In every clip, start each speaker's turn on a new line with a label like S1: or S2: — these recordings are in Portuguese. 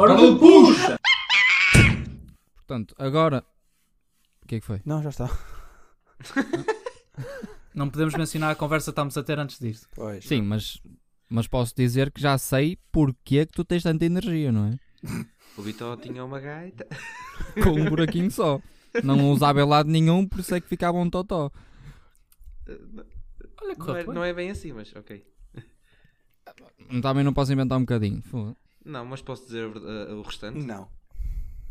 S1: Orgulho puxa!
S2: Portanto, agora. O que é que foi?
S3: Não, já está.
S4: Não podemos mencionar a conversa que estamos a ter antes disso.
S3: Pois.
S2: Sim, mas, mas posso dizer que já sei porque é que tu tens tanta energia, não é?
S1: O Vitor tinha uma gaita.
S2: Com um buraquinho só. Não usava em lado nenhum, por isso é que ficava um totó.
S4: Olha,
S1: Não é,
S4: correto.
S1: não é bem assim, mas ok.
S2: Também não posso inventar um bocadinho. Foda.
S1: Não, mas posso dizer a verdade- o restante.
S3: Não.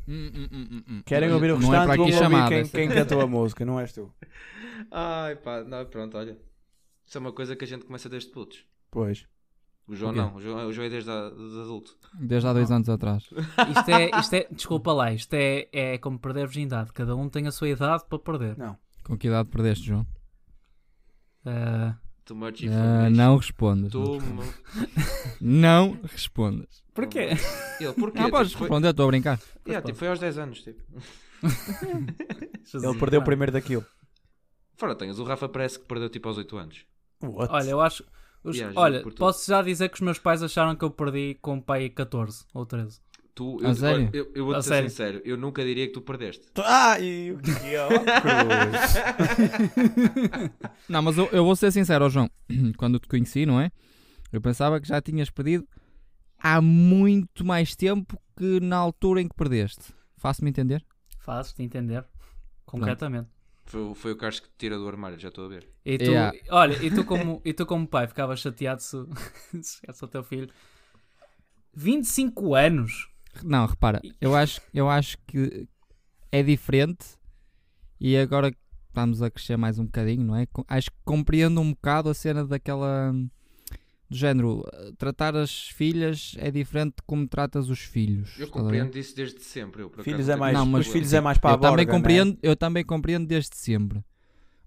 S2: Hum, hum, hum, hum, hum.
S3: Querem
S2: Não é-
S3: ouvir o
S2: não é
S3: restante?
S2: para aqui
S3: Vão ouvir
S2: chamada,
S3: quem,
S2: essa
S3: quem cantou a música, não és tu.
S1: Ai pá, não, pronto, olha. Isso é uma coisa que a gente começa desde putos.
S3: Pois.
S1: O João
S2: O quê?
S1: não, o João, o João é desde a- de adulto.
S2: Desde há dois anos atrás.
S4: Isto é, isto é, desculpa lá, isto é, é como perder a virgindade. Cada um tem a sua idade para perder.
S2: Com que idade perdeste, João?
S4: Ah,
S1: Too much
S2: Ah,
S1: information.
S2: não respondas.
S1: Tu, mu-
S2: Não respondas.
S4: porquê?
S1: Ele, porquê?
S2: Não podes
S1: Tipo, foi,
S2: responder, estou a brincar.
S1: Yeah, tipo, foi aos 10 anos, tipo.
S3: Ele perdeu o primeiro daquilo.
S1: Fora, tens, o Rafa parece que perdeu tipo aos 8 anos.
S3: What?
S4: Olha, eu acho. os-
S1: Yeah, juro
S4: olha,
S1: por tudo.
S4: posso já dizer que os meus pais acharam que eu perdi com o pai 14 ou 13.
S1: Tu,
S2: A
S1: eu,
S2: Ah, sério?
S1: eu, eu vou
S4: A
S1: te ser
S4: sério?
S1: sincero, eu nunca diria que tu perdeste.
S3: Ah, e o que é? Oh,
S2: Não, mas eu, eu vou ser sincero, ó João. Quando eu te conheci, não é? Eu pensava que já tinhas perdido há muito mais tempo que na altura em que perdeste. Faço-me entender?
S4: Fazes-te entender? Completamente.
S1: Foi, o- foi o Carlos que te tira do armário, já estou a ver.
S4: E tu,
S2: Yeah.
S4: olha, e tu, como, e tu como pai ficavas chateado se, se chegasse ao teu filho. 25 anos?
S2: Não, repara, eu acho, eu acho que é diferente e agora que estamos a crescer mais um bocadinho, não é? Com- Acho que compreendo um bocado a cena daquela do género, eh, tratar as filhas é diferente de como tratas os filhos. estás a
S1: Eu
S2: ver?
S1: compreendo isso desde sempre. Eu, por acaso,
S3: filhos é
S1: não tenho
S3: mais,
S2: Não, mas-
S3: os filhos é mais para a
S2: eu também
S3: borga, né?
S2: compreendo, eu também compreendo desde sempre.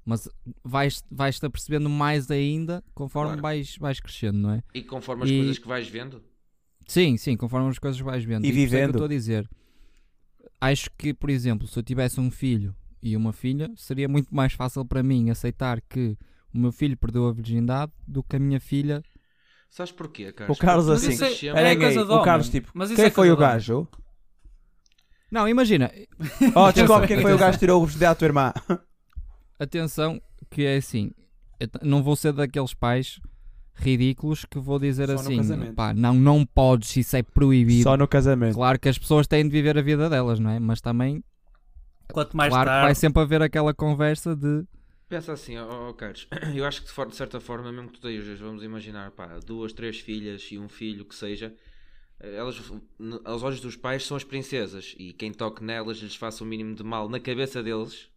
S2: Mas vais vais te apercebendo mais ainda conforme
S1: Claro.
S2: vais vais crescendo, não é?
S1: E conforme as
S2: E-
S1: coisas que vais vendo,
S2: Sim, sim, conforme as coisas vais vendo.
S3: E
S2: por isso é que eu
S3: vivendo.
S2: estou a dizer. Acho que, por exemplo, se eu tivesse um filho e uma filha, seria muito mais fácil para mim aceitar que o meu filho perdeu a virgindade do que a minha filha.
S1: sabes porquê, Carlos?
S3: O Carlos
S1: Porque
S4: Mas
S3: assim.
S4: isso é,
S1: sempre-
S4: era
S3: Era
S4: a
S3: gay.
S4: coisa de homem.
S3: O Carlos tipo,
S4: Mas isso
S3: quem
S4: é
S3: foi
S4: coisa
S3: o
S4: de homem.
S3: gajo?
S2: Não, imagina,
S3: Oh,
S4: é
S3: descobre
S2: Atenção,
S3: quem foi o
S2: atenção.
S3: gajo que tirou o vestido à tua irmã.
S2: atenção, que é assim, eu t- não vou ser daqueles pais ridículos que vou dizer
S3: Só no
S2: assim,
S3: casamento.
S2: pá, não, não podes, isso é proibido.
S3: Só no casamento.
S2: Claro que as pessoas têm de viver a vida delas, não é? Mas também,
S4: Quanto mais
S2: claro que vai
S4: tarde.
S2: sempre haver aquela conversa de
S1: Pensa assim, ó ó, Carlos, eu acho que de, for- de certa forma, mesmo que tu tenhas, vamos imaginar, pá, duas, três filhas e um filho, que seja, eh, elas, n- aos olhos dos pais, são as princesas. E quem toque nelas, lhes faça o mínimo de mal na cabeça deles,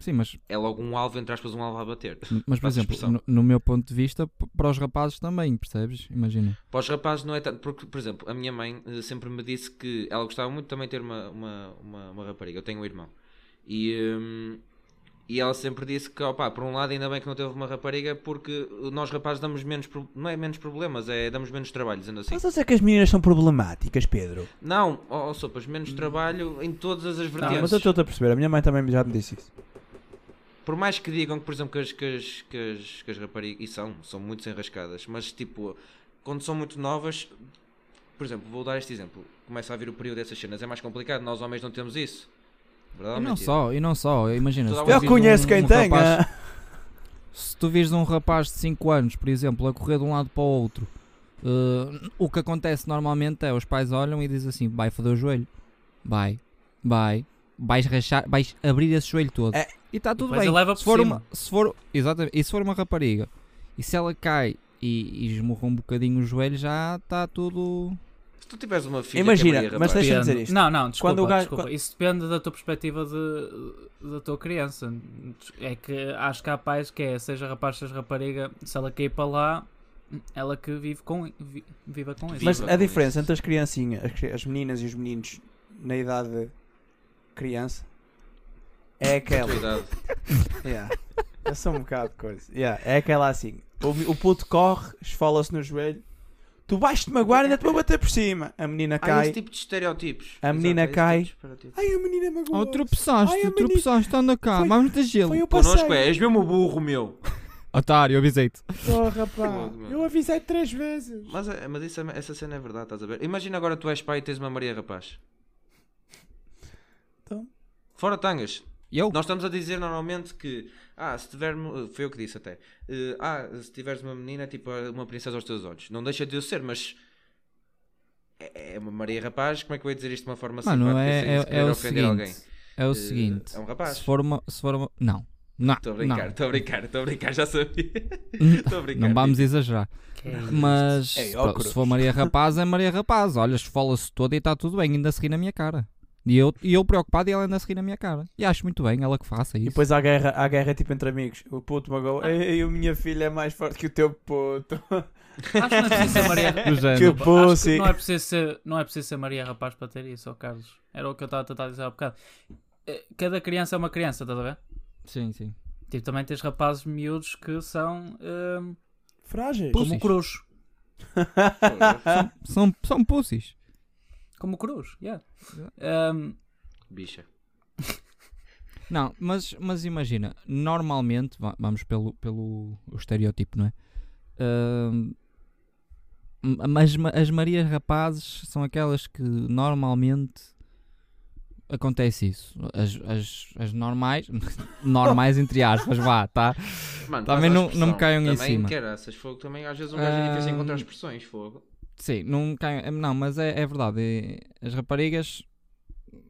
S2: sim, mas
S1: é logo um alvo, entre aspas, um alvo a bater.
S2: Mas, por
S1: Faço
S2: exemplo,
S1: expressão.
S2: no, no meu ponto de vista, p- para os rapazes também, percebes? Imagina.
S1: Para os rapazes não é tanto, porque, por exemplo, a minha mãe eh, sempre me disse que ela gostava muito também de ter uma, uma, uma, uma rapariga, eu tenho um irmão. E, hum, e ela sempre disse que, opá, por um lado ainda bem que não teve uma rapariga, porque nós rapazes damos menos, pro- não é menos problemas, é damos menos trabalho, dizendo assim.
S3: Estás a dizer que as meninas são problemáticas, Pedro?
S1: Não, ó ó, sopas, menos trabalho em todas as vertentes.
S3: Hum. Não, mas eu estou-te a perceber. A minha mãe também já me disse isso.
S1: Por mais que digam que, por exemplo, que as, que as, que as, que as raparigas, e são, são muito enrascadas, mas tipo, quando são muito novas, por exemplo, vou dar este exemplo, começa a vir o período dessas cenas, é mais complicado, nós homens não temos isso. Verdade,
S2: E
S1: ou
S2: não
S1: mentira?
S2: só, e não só, imagina.
S1: Toda
S2: se
S1: a
S2: tu
S1: Eu
S2: vires
S4: um-
S3: conheço quem tem,
S2: rapaz-
S3: ah.
S2: Se tu vires um rapaz de 5 anos, por exemplo, a correr de um lado para o outro, eh, o que acontece normalmente é os pais olham e dizem assim: vai foder o joelho, vai, vai, vais rachar, vais abrir esse joelho todo.
S3: É.
S2: E está tudo
S4: Depois
S2: bem.
S4: ele leva
S2: se
S4: por
S2: for
S4: cima.
S2: uma, se for, exatamente, e se for uma rapariga e se ela cai e, e esmurra um bocadinho o joelho, já está tudo.
S1: Se tu tiveres uma filha
S3: Imagina,
S1: que é Maria,
S3: mas
S1: rapaz,
S3: deixa-me
S4: Depende.
S3: dizer isto.
S4: Não, não, desculpa,
S3: Quando o gajo-
S4: desculpa.
S3: quando-
S4: Isso depende da tua perspectiva de, da tua criança. É que acho que há pais que é, seja rapaz, seja rapariga, se ela cair para lá, ela que vive com, vi- viva com isso.
S3: Mas
S1: Viva
S3: a
S1: com
S3: diferença
S1: isso.
S3: entre as criancinhas, as, cri- as meninas e os meninos na idade criança é
S1: a
S3: aquela.
S1: tua idade.
S3: yeah. Eu sou um bocado de coisa. Yeah, É aquela assim. O, o puto corre, esfola-se no joelho. Tu vais-te magoar e ainda te vou bater por cima. A menina
S1: Há esse
S3: cai.
S1: tipo de estereotipos.
S3: A menina
S1: há esse
S3: cai.
S1: tipo de estereotipos.
S3: Ai, a menina magoou.
S2: Oh, tropeçaste,
S3: Ai, a menina-
S2: tropeçaste, anda cá,
S3: Foi-
S2: vamos de gelo.
S3: Foi o
S1: Connosco
S3: passeio.
S1: é, és mesmo um burro, meu.
S2: Otário, eu avisei-te.
S3: Porra, pá.
S1: Fogo, meu.
S3: Eu avisei três vezes.
S1: Mas, é- mas isso é- essa cena é verdade, estás a ver? Imagina agora tu és pai e tens uma Maria Rapaz.
S3: Então?
S1: Fora tangas.
S2: Eu?
S1: Nós estamos a dizer normalmente que, ah, se tiver, foi eu que disse até, eh, ah, se tiveres uma menina, é tipo uma princesa aos teus olhos. Não deixa de eu ser, mas é é uma Maria Rapaz, como é que eu ia dizer isto de uma forma
S2: Mano,
S1: simpática
S2: é,
S1: sem-
S2: é,
S1: sem
S2: é
S1: querer
S2: o
S1: ofender
S2: seguinte.
S1: alguém?
S2: É o
S1: Eh,
S2: seguinte.
S1: é um rapaz.
S2: Se for uma. Se for uma não. Não.
S1: Estou a brincar,
S2: não.
S1: estou a brincar, estou a brincar, já sabia.
S2: N-
S1: Estou a brincar.
S2: Não
S1: tipo-
S2: vamos exagerar.
S4: Que é isso?
S2: Mas
S3: Ei, ó,
S2: pá,
S3: Cruz.
S2: se for Maria Rapaz, é Maria Rapaz. Olha, esfola-se toda e está tudo bem, ainda se ri na minha cara. E eu, e eu preocupado e ela ainda se ri na minha cara. E acho muito bem ela que faça
S3: E
S2: isso.
S3: depois há guerra, há guerra tipo entre amigos. O puto magoa.
S1: Ah.
S3: Ei, a minha filha é mais forte que o teu puto.
S4: Acho que não é preciso ser Maria
S2: Do
S4: Desculpa,
S2: género.
S3: Que
S4: acho que
S3: pussy.
S4: Não é preciso ser, não é preciso ser Maria Rapaz para ter isso, ó Carlos. Era o que eu estava a tentar dizer há bocado. Eh, Cada criança é uma criança, estás a ver?
S2: Sim, sim.
S4: Tipo, também tens rapazes miúdos que são ehm,
S3: Frágeis.
S4: como o Cruz.
S1: Porra.
S2: São, são pussies.
S4: Como o Cruz, yeah. Ehm,
S1: Bicha.
S2: Não, mas, mas imagina, normalmente, va- vamos pelo, pelo o estereótipo, não é? Ahm, m- mas ma- as Marias Rapazes são aquelas que normalmente acontece isso. As, as, as normais, normais entre aspas, vá, tá?
S1: Mano,
S2: Também
S1: mas há
S2: não-
S1: expressão.
S2: não me caiam em
S1: também,
S2: cima.
S1: Caraças, fogo, também às vezes um gajo é difícil
S2: Ah,
S1: encontrar expressões, fogo.
S2: Sim, não, cai- não mas é, é verdade. é- As raparigas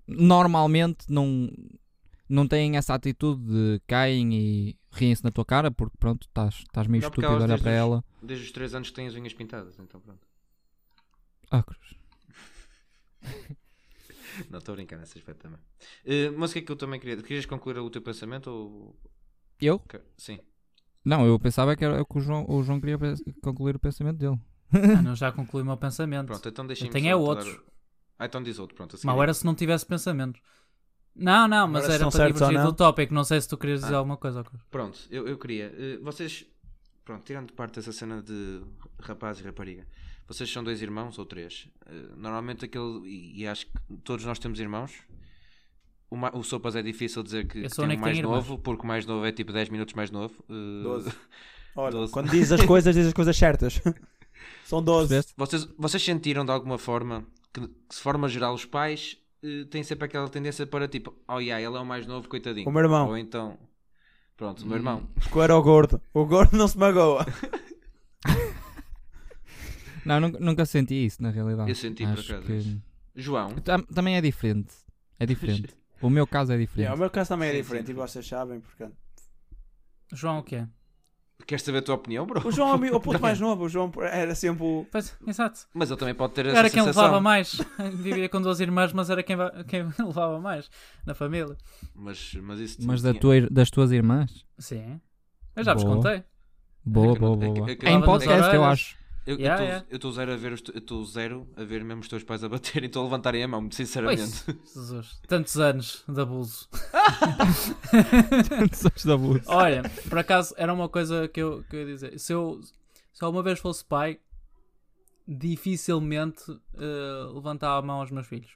S2: normalmente não, não têm essa atitude de caem e riem-se na tua cara porque pronto, estás estás meio
S1: Não, porque
S2: estúpido a
S1: elas
S2: olhar
S1: dizem
S2: para
S1: isso.
S2: ela.
S1: Desde os 3 anos que têm as unhas pintadas, então pronto.
S2: Ah, cruz.
S1: Não, estou a brincar nesse aspecto também. Eh, mas o que é que eu também queria? Querias concluir o teu pensamento ou.
S2: Eu?
S1: que- Sim.
S2: Não, eu pensava que era o que o João, o João queria pe- concluir o pensamento dele.
S4: ah, não, já concluí o meu pensamento.
S1: Pronto, então deixem-me.
S4: Eu tenho
S1: só
S4: é
S1: te
S4: outros. é
S1: dar- Ah, então diz outro, pronto. a seguir.
S4: Mal era se não tivesse pensamento. Não, não, mas
S3: Agora se
S4: era
S3: estão
S4: para
S3: certos ou
S4: divergir
S3: não?
S4: do tópico. Não sei se tu querias dizer
S1: Ah.
S4: alguma coisa, ó Cruz.
S1: Pronto, eu, eu queria. eh, vocês. Pronto, tirando parte dessa cena de rapaz e rapariga, vocês são dois irmãos ou três? Eh, normalmente aquele. E, e acho que todos nós temos irmãos. O, ma- o Sopas é difícil dizer que,
S4: Eu
S1: que
S4: sou o
S1: tem
S4: único
S1: o
S4: que
S1: mais
S4: tenho irmãos.
S1: novo, porque o mais novo é tipo 10 minutos mais novo. Eh,
S3: Doze. Olha,
S1: Doze.
S3: quando dizes as coisas, dizes as coisas certas. São 12.
S2: Percebeste?
S1: Vocês, vocês sentiram de alguma forma que, que de forma geral, os pais eh, têm sempre aquela tendência para tipo, oh yeah, ele é o mais novo, coitadinho.
S3: O meu irmão.
S1: Ou então, pronto, o
S2: Hum.
S1: meu irmão.
S3: Que eu era o gordo. O gordo não se magoa.
S2: Não, nunca, nunca senti isso na realidade.
S1: Eu senti, por
S2: Acho
S1: acaso,
S2: que-
S1: isso. João,
S2: Tam- Também é diferente. É diferente. o meu caso é diferente.
S3: É, o meu caso também é
S1: Sim,
S3: diferente
S1: sim.
S3: e vocês sabem, portanto.
S4: João, o que é?
S1: queres saber a tua opinião, bro?
S3: O João é o mi- o puto mais novo, o João era sempre o.
S4: Pois, exato.
S1: Mas ele também pode ter essa
S4: Era quem
S1: sensação.
S4: levava mais. Vivia com 12 irmãs, mas era quem, va- quem levava mais na família.
S1: Mas, mas isso
S2: Mas da
S1: tinha-
S2: tua ir- das tuas irmãs?
S4: Sim. Eu já vos
S2: Boa.
S4: contei.
S2: Boa,
S1: É que eu
S2: boa,
S1: não-
S2: boa.
S1: é que-
S2: boa.
S1: é que eu
S2: É em
S4: tava nas
S2: podcast, eu
S4: orelhas.
S2: acho.
S1: Eu
S4: Yeah,
S1: estou
S4: yeah.
S1: zero a ver, os te- eu estou zero a ver mesmo os teus pais a baterem, estou a levantarem a mão, muito sinceramente.
S4: Jesus, tantos anos de abuso.
S2: Sabes da boa.
S4: Olha, por acaso era uma coisa que eu, que eu ia dizer. Se eu, se eu alguma vez fosse pai, dificilmente eh, levantava a mão aos meus filhos.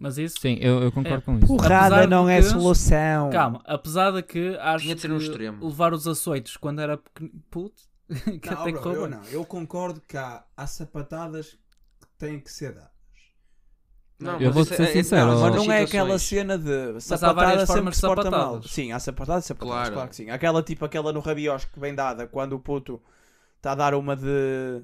S4: Mas isso,
S2: Sim, eu, eu concordo
S4: É.
S2: com isso.
S4: Apesar
S3: Porrada
S4: de
S3: não é
S4: que-
S3: solução.
S4: calma, apesar de que acho
S1: Tinha de ser um
S4: que
S1: extremo.
S4: levar os açoites quando era pequeno. Puto, que
S5: Não,
S4: até
S5: bro,
S4: correu
S5: eu
S4: bem.
S5: não. Eu concordo que há, há sapatadas que têm que ser dadas.
S1: Não,
S2: Eu
S1: mas
S2: vou
S1: isso
S2: ser
S1: é- é-
S2: sincero,
S1: não,
S2: ó.
S3: Mas
S1: mas
S3: não é
S1: situações.
S3: aquela cena de
S4: há
S3: sapatada
S4: várias
S3: sempre
S4: formas
S3: que
S4: de
S3: se porta
S4: sapatadas.
S3: mal. Sim, há sapatada e sapatadas,
S1: Claro.
S3: claro. que sim. Aquela tipo, aquela no rabiosco bem dada, quando o puto está a dar uma de...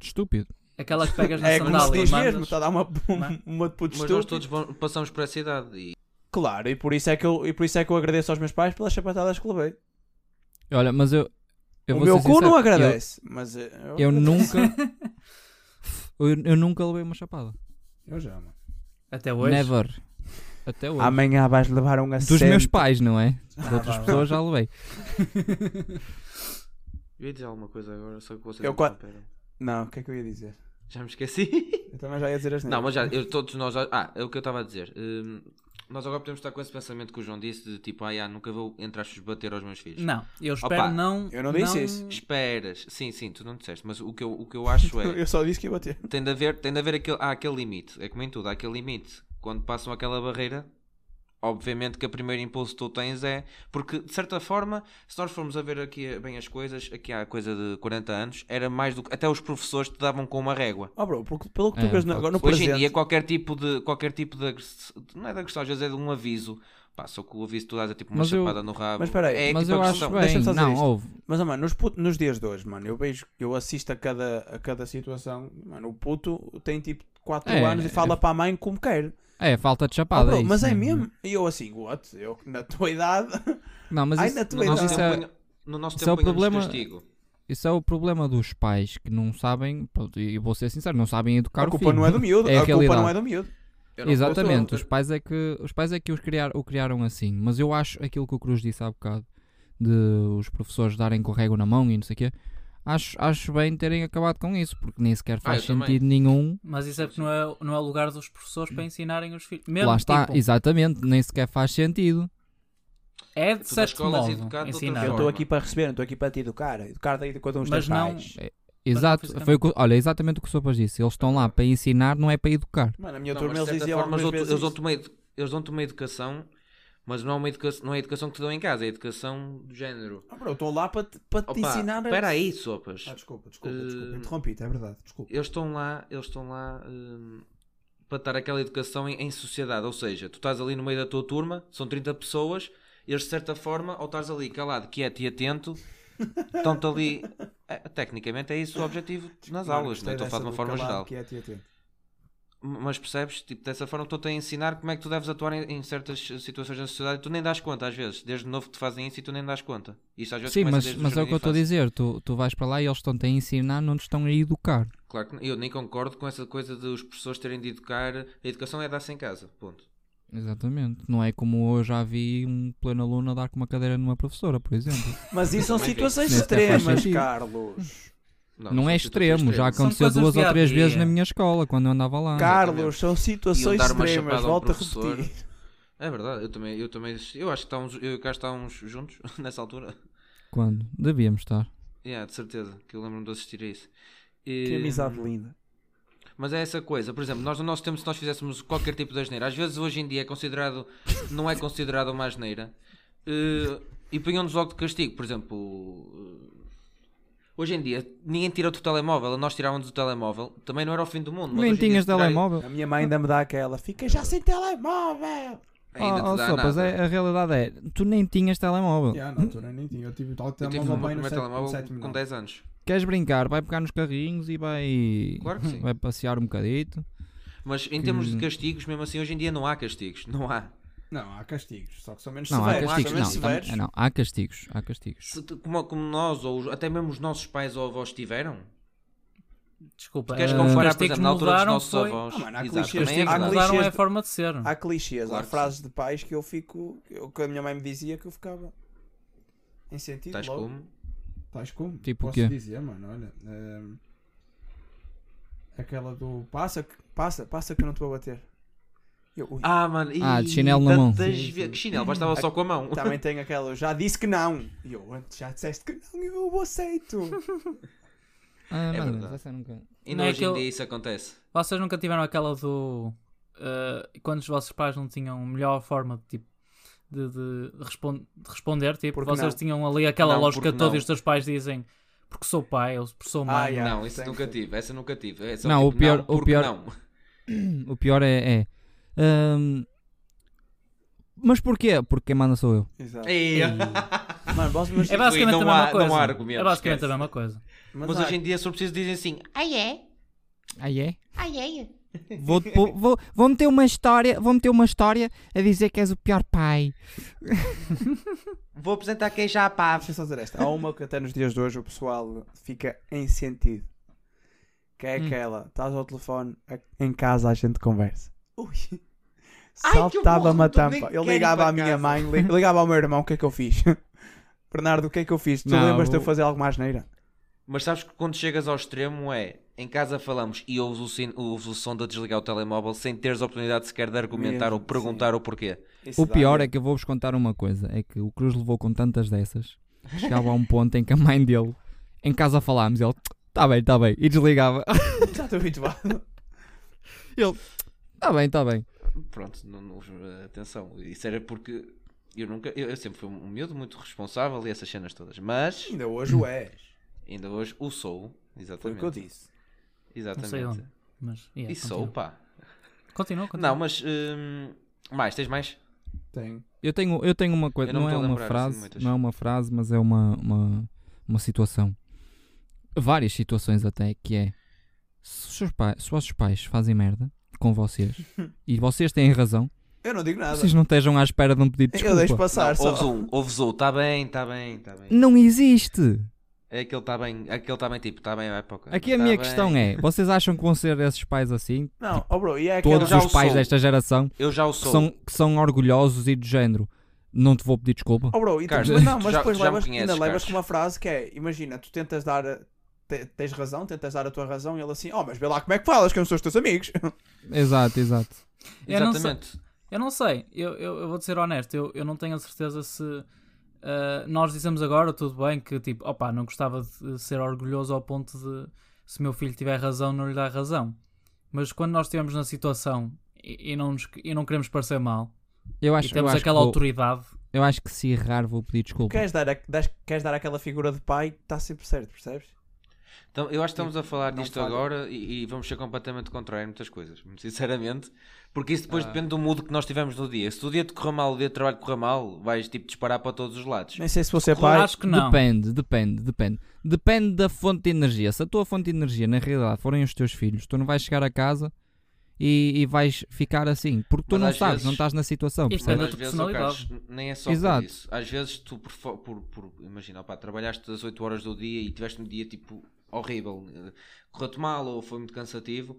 S2: Estúpido.
S4: Aquela que pegas na
S3: É como se
S4: sandália e
S3: diz mesmo,
S4: mandas.
S3: está a dar uma,
S4: Não.
S3: uma de puto
S1: Mas
S3: estúpido.
S1: nós todos vão- passamos por essa idade e
S3: Claro, e por, isso é que eu, e por isso é que eu agradeço aos meus pais pelas sapatadas que levei.
S2: Olha, mas eu. eu
S3: o
S2: vou
S3: meu
S2: ser
S3: cu
S2: sincero,
S3: não agradece, mas... Eu,
S2: Eu, eu nunca. eu, eu nunca levei uma chapada.
S5: Eu já, mano.
S4: Até hoje.
S2: Never. Até hoje.
S3: Amanhã vais levar um assento.
S2: Dos meus pais, não é?
S4: Ah,
S2: De outras
S4: vá, vá.
S2: pessoas já levei.
S1: Eu ia dizer alguma coisa agora, só que vocês
S3: Eu
S1: me
S3: qua-
S1: interromperam.
S3: Não, o que é que eu ia dizer?
S1: Já me esqueci.
S3: Eu também já ia dizer as
S1: Não, mas já, eu- todos nós. já- Ah, é o que eu estava a dizer. Hum, nós agora podemos estar com esse pensamento que o João disse de tipo, ah, já, nunca vou entre aspas bater aos meus filhos.
S4: Não, eu espero
S1: Opa,
S4: não.
S3: eu não disse isso.
S1: Esperas, sim, sim, tu não disseste, mas o que eu, o que eu acho é.
S3: Eu só disse que ia bater.
S1: tem de haver, tem de haver aquele, há aquele limite, é como em tudo, há aquele limite. Quando passam aquela barreira, obviamente que o primeiro impulso que tu tens é. Porque, de certa forma, se nós formos a ver aqui bem as coisas, aqui há coisa de 40 anos, era mais do que. Até os professores te davam com uma régua.
S3: Oh, bro, porque pelo que tu
S2: É,
S3: vês no, agora no
S1: Hoje
S3: presente...
S1: em dia, qualquer tipo de. Qualquer tipo de agress- Não é de agressão, às vezes é de um aviso. Pá, só que o aviso que tu dás é tipo uma
S2: Mas eu-
S1: chapada no rabo.
S3: Mas espera aí,
S1: é,
S2: mas
S1: tipo
S2: eu acho
S1: agressão.
S3: Deixa-me
S2: bem,
S3: só dizer
S2: não,
S3: isto.
S2: houve.
S3: Mas, oh, mano, nos, puto- nos dias de hoje, mano, eu vejo, eu assisto a cada, a cada situação, mano, o puto tem tipo 4
S2: É,
S3: anos e
S2: é.
S3: fala para a mãe como quer.
S2: É, falta de
S3: Oh,
S2: chapada.
S3: bro,
S2: isso,
S3: mas é
S2: sim.
S3: mesmo? E eu assim, what? Eu na tua idade.
S2: Não, mas
S3: Ai,
S2: isso,
S3: na tua
S1: No
S2: mas
S3: idade.
S1: nosso
S2: isso
S1: tempo,
S2: é-
S1: punha- no nosso
S2: isso
S1: tempo
S2: é o
S1: punhamos
S2: problema-
S1: castigo.
S2: isso é o problema dos pais que não sabem, pronto, e vou ser sincero, não sabem educar
S3: A
S2: o
S3: culpa
S2: filho.
S3: não é do miúdo.
S2: É
S3: a,
S2: a
S3: culpa
S2: realidade.
S3: não é do miúdo.
S1: Eu não-
S2: Exatamente,
S1: eu
S2: os pais é que, os pais é que os criar, o criaram assim, mas eu acho aquilo que o Cruz disse há bocado, de os professores darem com régua na mão e não sei o quê, acho, acho bem terem acabado com isso, porque nem sequer faz
S1: Ah, eu também.
S2: sentido nenhum.
S4: Mas isso é porque não é, não é o lugar dos professores para ensinarem os filhos. Mesmo,
S2: Lá está,
S4: tipo,
S2: exatamente, nem sequer faz sentido.
S4: é
S1: Tu
S4: de
S1: das
S4: certo
S1: escolas
S4: modo
S1: educado de outra
S4: ensinar.
S1: forma.
S3: Eu
S1: Não,
S3: estou
S1: mano.
S3: aqui para receber, não estou aqui para te educar. Educar tem de conta uns
S4: Mas
S3: teus
S4: não-
S3: pais.
S2: Exato,
S4: fisicamente.
S2: foi o que- olha, exatamente o que o Sopas disse, eles estão lá para ensinar, não é para educar.
S3: Mano, a minha
S1: Não,
S3: turma
S1: mas
S3: eles
S1: de certa
S3: diziam
S1: forma,
S3: algumas
S1: eles dão-te-
S3: vezes.
S1: eles
S3: isso.
S1: dão-te uma, edu- eles dão-te uma educação, mas não é, uma educação, não é a educação que te dão em casa, é a educação do género.
S3: Oh, bro, eu estou lá para te, para te
S1: Opa,
S3: ensinar. a-
S1: espera aí, sopas.
S5: Ah, desculpa, desculpa, desculpa.
S1: Eh,
S5: Interrompi-te, é verdade, desculpa.
S1: Eles estão lá, eles estão lá hum, para dar aquela educação em, em sociedade, ou seja, tu estás ali no meio da tua turma, são 30 pessoas, eles de certa forma, ou estás ali calado, quieto e atento, estão-te ali... É, tecnicamente é isso o objetivo nas
S5: Mano,
S1: aulas, não
S5: gostei
S1: é? estou a falar de
S5: dessa
S1: uma
S5: do
S1: forma
S5: calado, é-
S1: geral.
S5: quieto e atento.
S1: Mas percebes? Tipo, dessa forma estou-te a ensinar como é que tu deves atuar em, em certas eh, situações na sociedade e tu nem dás conta às vezes. Desde novo que te fazem isso e tu nem dás conta. Isso às vezes
S2: Sim,
S1: começa
S2: mas,
S1: desde
S2: mas é o que eu estou a
S1: jardim de
S2: dizer, tu, tu vais para lá e eles estão-te a ensinar, não te estão a educar.
S1: infância. Claro que eu nem concordo com essa coisa de os professores terem de educar. A educação é dar-se em casa, ponto.
S2: Exatamente, não é como eu já vi um pleno aluno a dar com uma cadeira numa professora, por exemplo.
S3: Mas isso são
S1: Também vi.
S3: situações
S2: Nem sequer faz
S3: extremas,
S2: sentido.
S3: Carlos.
S2: Não
S1: são
S2: é
S1: situações
S2: extremo, já
S1: extremas.
S2: aconteceu
S4: coisas
S2: duas
S4: do
S2: ou três
S4: dia a
S2: vezes
S4: dia.
S2: na minha escola, quando eu andava lá.
S3: Carlos, são situações
S1: dar uma
S3: extremas.
S1: chapada ao
S3: Volto a
S1: professor.
S3: repetir.
S1: É verdade, eu também, eu também, eu acho que estávamos, eu e o Carlos estávamos juntos nessa altura.
S2: Quando? Devíamos estar.
S1: Yeah, de certeza, que eu lembro-me de assistir a isso. E-
S3: Que amizade linda.
S1: Mas é essa coisa, por exemplo, nós no nosso tempo, se nós fizéssemos qualquer tipo de asneira, às vezes hoje em dia é considerado, não é considerado uma asneira, eh, e punham-nos logo de castigo, por exemplo. eh, Hoje em dia, ninguém tira-te o telemóvel, nós tirávamos o telemóvel, também não era o fim do mundo. mas
S2: Nem
S1: hoje em dia, é-
S2: tinhas
S1: se tirarem-
S2: telemóvel.
S3: A minha mãe ainda me dá aquela. Fica já sem telemóvel.
S1: Ainda
S2: Oh,
S1: te
S2: oh,
S1: dá
S2: sopas,
S1: nada.
S2: é, a realidade é, tu nem tinhas telemóvel.
S5: Yeah, na altura nem tinha. Eu tive tal
S1: Hum? Eu tive
S5: telemóvel
S1: o meu
S5: bem no
S1: primeiro
S5: sétimo- no
S1: telemóvel
S5: um sétimo
S1: com
S5: ano.
S1: 10 anos.
S2: Queres brincar? Vai pegar nos carrinhos e vai,
S1: Claro que sim.
S2: vai passear um bocadito.
S1: Mas em termos
S2: Hum.
S1: de castigos, mesmo assim, hoje em dia não há castigos, não há.
S5: Não, há castigos, só que são menos
S2: Não, há
S3: Severos,
S5: severos.
S2: castigos.
S3: também
S2: Não, tam-
S3: severos.
S2: não, há castigos. Há castigos.
S1: Se tu- como, como nós, ou os- até mesmo os nossos pais ou avós tiveram.
S4: Desculpa,
S1: Queres
S2: Ah,
S4: eh,
S1: comparar,
S4: os
S1: por
S4: castigos
S1: exemplo, na altura
S2: um
S1: dos
S4: mudaram
S1: nossos
S4: foi-
S1: avós?
S3: Ah, mano, há
S1: Exato,
S3: clichês,
S4: Os
S1: também é
S4: castigos
S3: há
S1: verdade.
S4: mudaram é a
S3: clichês-
S4: forma de ser.
S3: Há clichês,
S1: Claro
S3: há
S1: que
S3: frases de pais que eu fico. Eu, que a minha mãe me dizia que eu ficava. Em sentido.
S1: Tais
S3: logo.
S1: como?
S5: Tais como?
S2: Tipo o
S5: Posso
S2: quê?
S5: dizer, mano, olha. ehm, aquela do.
S3: Passa, que- passa, passa que eu não te vou bater. Eu, ui,
S1: Ah, mano, e
S2: Ah, de chinelo na mão.
S1: tantas
S5: Sim,
S1: ve-
S5: sim.
S1: Que chinelo, bastava
S3: é
S1: só com a mão.
S3: Também tem aquela. Eu já disse que não. E eu, antes já disseste que não, eu aceito.
S2: Ah,
S1: É
S2: mais ou menos,
S1: verdade.
S2: essa eu nunca-
S1: Ainda
S4: Não é
S1: hoje em
S4: aquele-
S1: dia isso acontece.
S4: Vocês nunca tiveram aquela do. eh, quando os vossos pais não tinham melhor forma de tipo. De, de respon- de responder, tipo,
S3: Porque
S4: vocês
S3: não.
S4: tinham ali aquela
S1: Não,
S4: lógica
S1: porque
S4: toda
S1: não.
S4: e os teus pais dizem porque sou pai ou porque sou
S3: Ah,
S4: mãe.
S3: yeah,
S1: não, isso
S3: tem
S1: nunca
S3: que ser.
S1: tive, essa nunca tive. É só
S2: Não, o
S1: tipo,
S2: pior-
S1: não,
S2: o
S1: porque
S2: pior-
S1: não.
S2: O pior é. é, hum, mas porquê? Porque quem manda sou eu.
S3: Exato.
S1: Ei,
S3: Mano, posso- mas,
S4: É basicamente
S1: Não
S4: a mesma
S1: há-
S4: coisa.
S1: não há argumento,
S4: é basicamente
S1: esquece.
S4: a mesma coisa.
S3: mas
S1: Mas
S3: há-
S1: hoje em dia, se eu preciso, dizem assim:
S6: Ai é?
S2: Aí é?
S6: Ai é?
S2: Vou, vou, vou, vou meter uma história, vou meter uma história a dizer que és o pior pai.
S1: Vou apresentar quem já a pave.
S3: Deixa eu só dizer esta. Há uma que até nos dias de hoje o pessoal fica em sentido. Que é
S2: Hum.
S3: aquela. Estás ao telefone, a- em casa a gente conversa. Ui.
S6: Ai, que horror,
S3: Saltava-me a
S6: tu nem
S3: tampa.
S6: quer
S3: Eu
S6: ir
S3: ligava
S6: para
S3: à minha
S6: casa.
S3: mãe, li- ligava ao meu irmão, o que é que eu fiz? Bernardo, o que é que eu fiz? Tu
S2: Não,
S3: lembras-te de eu
S2: o-
S3: fazer alguma asneira?
S1: Mas sabes que quando chegas ao extremo é. Em casa falamos e ouves o, sin- ouves o som de desligar o telemóvel sem teres a oportunidade sequer de argumentar
S3: Mesmo,
S1: ou perguntar o porquê.
S2: O pior é que eu vou-vos contar uma coisa: é que o Cruz levou com tantas dessas, chegava a um ponto em que a mãe dele, em casa falámos, ele, tá bem, tá bem, e desligava.
S3: Já estou habituado.
S2: Ele, tá bem, tá bem.
S1: pronto, não, não- atenção, isso era porque eu nunca, eu, eu sempre fui um miúdo muito responsável e essas cenas todas, mas
S3: Ainda hoje o és.
S1: ainda hoje o sou,
S3: Foi
S1: exatamente.
S3: o que eu disse.
S1: Exatamente.
S4: Não sei onde. Mas, yeah,
S1: E sou,
S4: continua.
S1: pá.
S4: Continua, continua.
S1: Não, mas hum, mais, tens mais?
S5: Tenho.
S2: Eu tenho, eu tenho uma coisa,
S1: Eu não
S2: não,
S1: me
S2: é
S1: estou a
S2: uma
S1: lembrar, assim, de
S2: frase,
S1: muitas.
S2: não é uma frase, mas é uma, uma, uma situação. Várias situações até, que é se os, seus pais, se os vossos pais fazem merda com vocês e vocês têm razão,
S3: Eu não digo nada.
S2: vocês não estejam à espera de um pedido de
S3: Eu deixo
S2: desculpa.
S3: passar
S1: não,
S3: só.
S1: ouves o, ouves o, está bem, está bem, está bem.
S2: Não existe!
S1: É aquele está bem, aquele está bem, tipo, está bem, vai para o canto.
S2: Aqui a
S1: tá
S2: minha
S1: bem.
S2: questão é: vocês acham que vão ser esses pais assim?
S3: Não, oh bro, e é aquela...
S2: Todos
S1: já
S2: os
S1: o
S2: pais
S1: sou.
S2: desta geração
S1: Eu já o
S2: que
S1: sou.
S2: são, que são orgulhosos e do género, não te vou pedir desculpa?
S3: Oh bro, e tu-
S1: Carlos,
S3: mas não,
S1: tu
S3: mas
S1: já-
S3: depois
S1: tu já me
S3: levas,
S1: conheces,
S3: ainda levas
S1: Carlos.
S3: com uma frase que é, imagina, tu tentas dar, a- te- tens razão, tentas dar a tua razão e ele assim, oh mas vê lá como é que falas, que eu não sou os teus amigos.
S2: Exato, exato.
S4: Eu não
S1: Exatamente.
S4: Eu não sei, eu, eu, eu vou ser honesto, eu, eu não tenho a certeza se ah, nós dizemos agora tudo bem que tipo, opá, não gostava de ser orgulhoso ao ponto de se meu filho tiver razão, não lhe dar razão. Mas quando nós estivermos na situação e, e não, nos- e não queremos parecer mal
S2: Eu acho,
S4: e
S2: eu
S4: temos
S2: acho
S4: aquela
S2: que vou-
S4: autoridade,
S2: Eu acho que se errar vou pedir desculpa.
S3: queres, dar a- das- queres dar aquela figura de pai, está sempre certo, percebes?
S1: Então, eu acho que estamos a falar
S3: Não
S1: disto
S3: falha.
S1: agora e, e vamos ser completamente contrários em muitas coisas, muito sinceramente, porque isso depois depende do mood que nós tivemos no dia. Se o dia te correr mal, o dia de trabalho correr mal, vais tipo disparar para todos os lados.
S3: Nem sei se você é
S4: eu
S3: pai.
S4: acho que não.
S2: Depende, depende, depende. Depende da fonte de energia. Se a tua fonte de energia, na realidade, forem os teus filhos, tu não vais chegar a casa e, e vais ficar assim. Porque tu
S1: Mas
S2: não
S1: às
S2: sabes,
S1: vezes- é
S2: não estás na situação.
S4: Isto
S1: Mas
S2: percebes?
S4: da
S1: às
S4: tua
S1: vezes, ó Carlos,
S4: personalidade.
S1: n- nem é só por
S2: Exato.
S1: isso. Às vezes tu, por, fo- por, por- imagina, opá, trabalhaste as 8 horas do dia e tiveste um dia tipo horrível, eh, correu-te mal ou foi muito cansativo.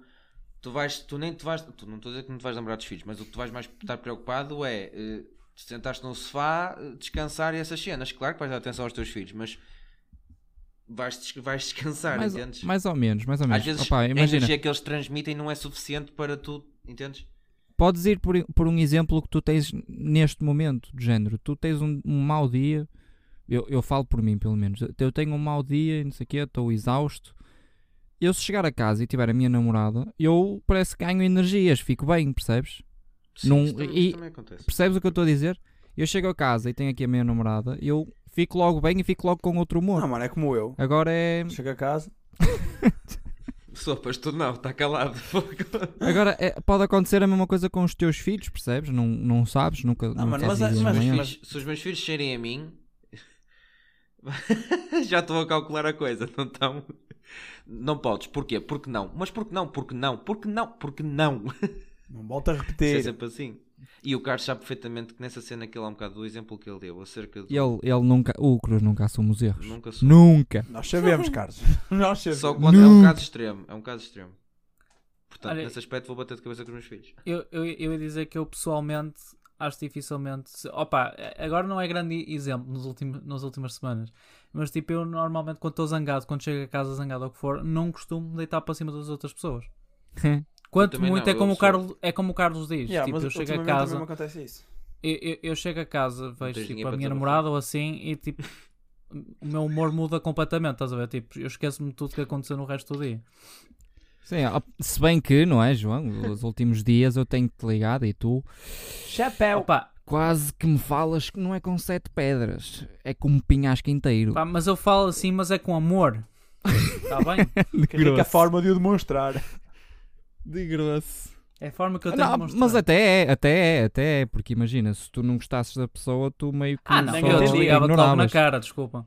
S1: Tu vais, tu nem te vais, tu não estou a dizer que não te vais lembrar dos filhos, mas o que tu vais mais estar preocupado é eh, te sentaste no sofá, eh, descansar e essas cenas. Claro que vais dar atenção aos teus filhos, mas vais, des- vais descansar,
S2: mais,
S1: entendes?
S2: mais ou menos, mais ou menos.
S1: às vezes é
S2: Opa,
S1: a
S2: imagina,
S1: energia que eles transmitem não é suficiente para tu, entendes?
S2: podes ir por, por um exemplo que tu tens neste momento, de género. Tu tens um, um mau dia, eu, eu falo por mim pelo menos. Eu tenho um mau dia e não sei o quê, estou exausto. Eu se chegar a casa e tiver a minha namorada, eu parece que ganho energias, fico bem, percebes? Não-
S1: isso também,
S2: e-
S1: isso também acontece.
S2: Percebes o que eu estou a dizer? Eu chego a casa e tenho aqui a minha namorada, eu fico logo bem e fico logo com outro humor.
S3: Não, mano, é como eu.
S2: Agora é.
S3: Chego a casa,
S1: Sopas, tu não, está calado.
S2: Agora é- pode acontecer a mesma coisa com os teus filhos, percebes? Não, não sabes, nunca.
S3: Não,
S2: não
S3: mano,
S2: queres
S3: mas-
S2: dizer
S3: mas-
S2: amanhã.
S3: mas-
S1: Se os meus filhos cheirem a mim, já estou a calcular a coisa, não estão? Não podes, porquê? Porque não? Mas porque não? Porque não? Porque não? Porque não?
S3: não volto a
S1: Isso é
S3: repetir.
S1: sempre assim. E o Carlos sabe perfeitamente que nessa cena aquilo é um bocado do exemplo que ele deu acerca do.
S2: Ele, ele nunca. O Cruz nunca assume os erros.
S1: Nunca sou.
S2: Nunca!
S3: Nós sabemos, Carlos. Nós sabemos.
S1: Só quando é um
S2: Nunca.
S1: caso extremo. É um caso extremo. Portanto,
S4: Olha,
S1: nesse aspecto vou bater de cabeça com os meus filhos.
S4: Eu, eu, eu ia dizer que eu pessoalmente acho dificilmente. se- Opa, agora não é grande exemplo nos últimos, nas últimas semanas. Mas tipo, eu normalmente quando estou zangado, quando chego a casa zangado ou o que for, não costumo deitar para cima das outras pessoas. Quanto
S1: também
S4: muito
S1: não,
S4: é, como
S1: eu
S4: o Carlos, é como o Carlos diz.
S3: Yeah,
S4: tipo,
S3: mas
S4: eu chego a
S3: ultimamente
S4: casa,
S3: também é me acontece isso.
S4: eu, eu- eu chego a casa, vejo
S1: tens
S4: tipo,
S1: ninguém
S4: a
S1: para
S4: minha
S1: desabafar.
S4: namorada ou assim e tipo. O meu humor muda completamente, estás a ver? Tipo, eu esqueço-me de tudo que aconteceu no resto do dia.
S2: Sim, ó, se bem que, não é, João? Os últimos dias eu tenho-te ligado e tu
S3: Chapéu.
S4: Opa,
S2: quase que me falas que não é com sete pedras, é com um pinhasco inteiro.
S4: pá, mas eu falo assim, mas é com amor. Está bem?
S2: de
S3: Que rica forma de o demonstrar.
S2: De grosso.
S4: É a forma que eu tenho
S2: Ah, Não,
S4: de mostrar.
S2: mas até é, até é, até é, porque imagina, se tu não gostasses da pessoa, tu meio que
S4: Ah, não,
S2: só
S4: eu desligava-te logo na
S2: ignoravas.
S4: cara, desculpa.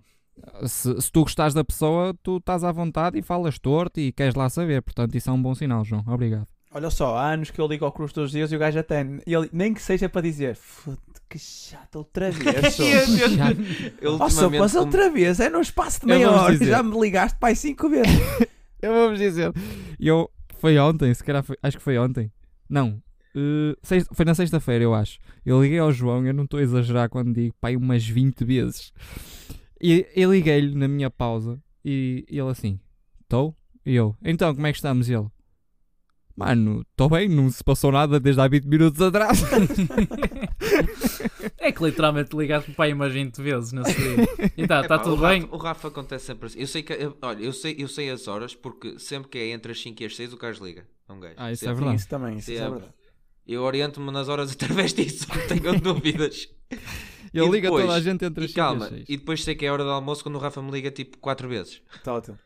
S2: Se, se tu gostares da pessoa, tu estás à vontade e falas torto e queres lá saber. Portanto, isso é um bom sinal, João. Obrigado.
S3: Olha só, há anos que eu ligo ao Cruz todos os dias e o gajo até. Ele, nem que seja para dizer, foda que chato, outra vez. Sopas."
S1: Eu,
S3: Ó, sopas,
S1: como-
S3: outra vez, é num espaço de
S2: Eu
S3: meia
S2: vou-vos
S3: hora.
S2: dizer.
S3: Já me ligaste pai cinco vezes.
S2: Eu vou-vos dizer. Eu, foi ontem, se calhar foi, acho que foi ontem. Não. eh, sex- foi na sexta-feira, eu acho. Eu liguei ao João, eu não estou a exagerar quando digo, pai, umas 20 vezes. E eu liguei-lhe na minha pausa e ele assim, estou? E eu, então, como é que estamos? E ele, mano, estou bem, não se passou nada desde há 20 minutos atrás.
S4: É que literalmente ligaste-me para aí umas 20 vezes nesse dia. E tá, tá
S1: Epá, É o
S4: tudo
S1: Rafa-
S4: bem?
S1: o Rafa acontece sempre assim. Eu sei que, eu- olha, eu sei, eu sei as horas porque sempre que é entre as 5 e as 6 o Carlos liga. a Um gajo.
S2: Ah, isso é
S1: Sempre.
S2: verdade.
S3: Isso também, isso é
S1: Sempre.
S3: verdade.
S1: Eu oriento-me nas horas através disso, não tenho dúvidas.
S2: Ele
S1: E
S2: liga
S1: depois-
S2: toda a gente entre
S1: E
S2: as
S1: calma,
S2: cinco as seis.
S1: e depois sei que é hora do almoço quando o Rafa me liga tipo 4 vezes.
S3: Total.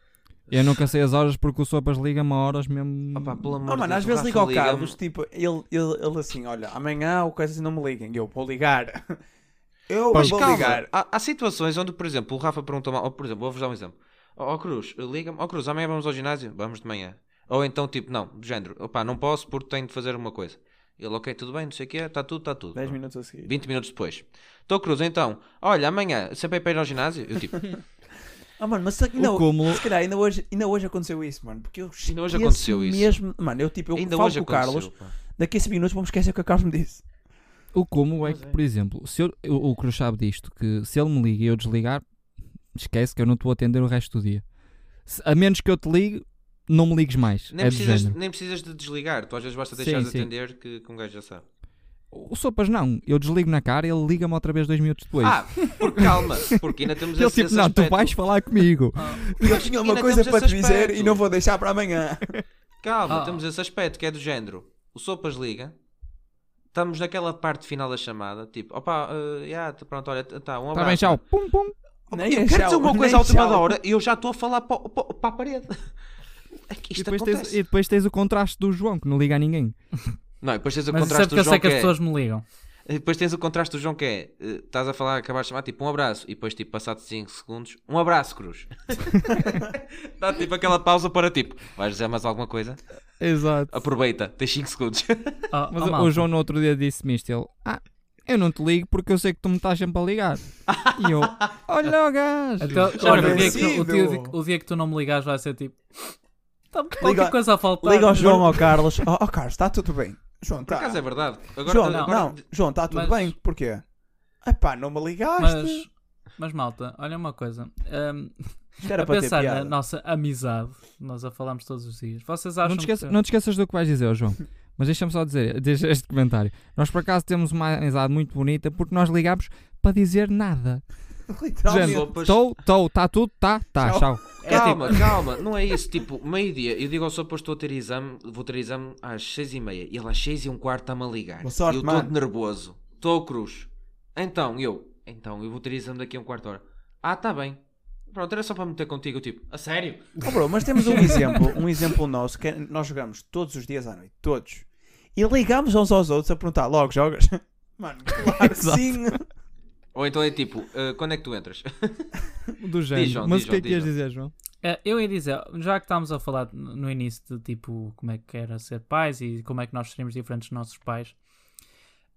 S2: Eu nunca sei as horas porque o Sopas liga-me a horas mesmo.
S1: Opa, pelo amor
S3: Não, Hum. Oh, mano,
S1: de Deus,
S3: às vezes
S1: o
S3: liga
S1: Rafa
S3: ao Carlos,
S1: liga-me.
S3: tipo, ele, ele, ele assim, olha, amanhã o coisa assim não me liguem. Eu vou ligar. Eu
S1: Mas
S3: vou
S1: calma,
S3: ligar.
S1: há, há situações onde, por exemplo, o Rafa perguntou-me, ou, por exemplo, vou-vos dar um exemplo. Ó ó, Cruz, liga-me, ó Cruz, amanhã vamos ao ginásio? Vamos de manhã. Ou então, tipo, não, do género, opá, não posso porque tenho de fazer uma coisa. Ele, ok, tudo bem, não sei o que é, está tudo, está tudo.
S3: 10
S1: Pronto.
S3: minutos a seguir.
S1: 20 minutos depois. Estou Cruz, então, olha, amanhã, sempre é para ir ao ginásio? Eu tipo, ainda
S3: Ah, mano, mas se- ainda,
S2: O cúmulo-
S3: se calhar ainda hoje, ainda hoje aconteceu isso, mano. Porque eu
S1: Ainda hoje
S3: esqueço
S1: aconteceu isso.
S3: mesmo, Mano, eu tipo, eu falo
S1: hoje
S3: com o Carlos,
S1: aconteceu. pá.
S3: daqui a 5 minutos vamos esquecer o que o Carlos me disse.
S2: O como é
S1: Pois
S2: que,
S1: é.
S2: por exemplo, se eu, o, o Cruz sabe disto, que se ele me liga e eu desligar, esquece que eu não te vou atender o resto do dia. Se- a menos que eu te ligue, não me ligues mais.
S1: Nem,
S2: é do
S1: precisas,
S2: género.
S1: nem precisas de desligar, tu às vezes basta
S2: Sim,
S1: deixar de
S2: sim.
S1: atender que, que um gajo já sabe.
S2: O Sopas não, eu desligo na cara ele liga-me outra vez dois minutos depois.
S1: Ah, porque calma, porque ainda temos
S2: ele
S1: esse,
S2: tipo,
S1: esse
S2: não, tu
S1: aspecto.
S2: vais falar comigo.
S3: Eu tinha uma
S1: ainda
S3: coisa
S1: temos
S3: para te
S1: esse
S3: dizer
S1: aspecto.
S3: e não vou deixar para amanhã.
S1: Calma,
S4: Ah.
S1: temos esse aspecto que é do género. O Sopas liga, estamos naquela parte final da chamada, tipo, opa, eh, já, tá, pronto, olha, tá, um
S2: Está bem,
S1: abraço.
S2: tchau. Pum, pum.
S3: Nem é
S1: Quer dizer
S3: tchau,
S1: uma coisa
S3: nem
S1: à última
S3: tchau.
S1: da hora e eu já estou a falar para a parede. É
S2: E
S1: que Isto
S2: depois, tens,
S1: acontece.
S2: e depois tens o contraste do João, que não liga a ninguém.
S1: Não, e depois tens o
S4: Mas
S1: contraste
S4: sempre que
S1: do
S4: eu
S1: João
S4: sei
S1: que
S4: que as
S1: é...
S4: pessoas me ligam.
S1: E depois tens o contraste do João que é eh, estás a falar, acabar de chamar, tipo um abraço, e depois tipo passado 5 segundos, um abraço, Cruz. Dá tipo aquela pausa para tipo, vais dizer mais alguma coisa?
S2: Exato.
S1: Aproveita, tens 5 segundos.
S3: Tá.
S4: Ah,
S2: Mas
S4: oh,
S2: o-
S4: malta.
S2: o João no outro dia disse-me isto, ele, ah, eu não te ligo porque eu sei que tu me estás sempre a ligar. e eu, olha o gajo.
S4: Então,
S3: Já
S4: olha, o dia, que, tu- o,
S3: vencido.
S4: dia, o dia que tu não me ligares vai ser tipo. Tá qualquer
S3: Liga-
S4: coisa a faltar.
S3: Liga ao João, ao Carlos. Ó ó, Carlos, está tudo bem. João,
S1: Por
S3: está.
S1: acaso é verdade. Agora,
S3: João,
S1: agora- tá-
S3: não. João, está tudo
S4: Mas-
S3: bem. Porquê? Epá, não me ligaste.
S4: Mas, mas malta, olha uma coisa. Ahm,
S3: Isto era
S4: a
S3: para ter
S4: pensar na
S3: piada.
S4: nossa amizade, nós a falamos todos os dias. Vocês acham
S2: Não te, esqueça-
S4: que...
S2: não te esqueças do que vais dizer, ó João. Mas deixa-me só dizer deixa este comentário. Nós por acaso temos uma amizade muito bonita porque nós ligámos para dizer nada.
S3: Literalmente.
S1: Sopas.
S2: Estou, estou, está tudo, tá, tá,
S3: Tchau.
S2: tchau.
S4: É
S1: Calma,
S3: tipo-
S1: calma, não é isso. Tipo, meio-dia, eu digo ao Sopas, estou a ter exame, vou ter exame às 6 e meia. Ele às 6 e um quarto está-me a ligar.
S3: Boa sorte,
S1: eu estou
S3: mano.
S1: nervoso. Estou ao cruz. Então, eu, então, eu vou ter exame daqui a um quarto de hora. Ah, está bem. Pronto, era só para meter contigo, eu, tipo, a sério?
S3: Oh, bro, mas temos um exemplo, um exemplo nosso que nós jogamos todos os dias à noite, todos. E ligamos uns aos outros a perguntar logo, jogas? Mano, claro que
S2: Exato.
S3: sim.
S1: Ou então é tipo, "Ah, quando é que tu entras?
S2: Do género.
S1: João,
S2: Mas
S1: diz,
S2: o que é que
S1: João, diz,
S2: ias
S1: João.
S2: dizer, João?
S4: Eh, Eu ia dizer, já que estávamos a falar no no início de tipo como é que era ser pais e como é que nós seríamos diferentes dos nossos pais,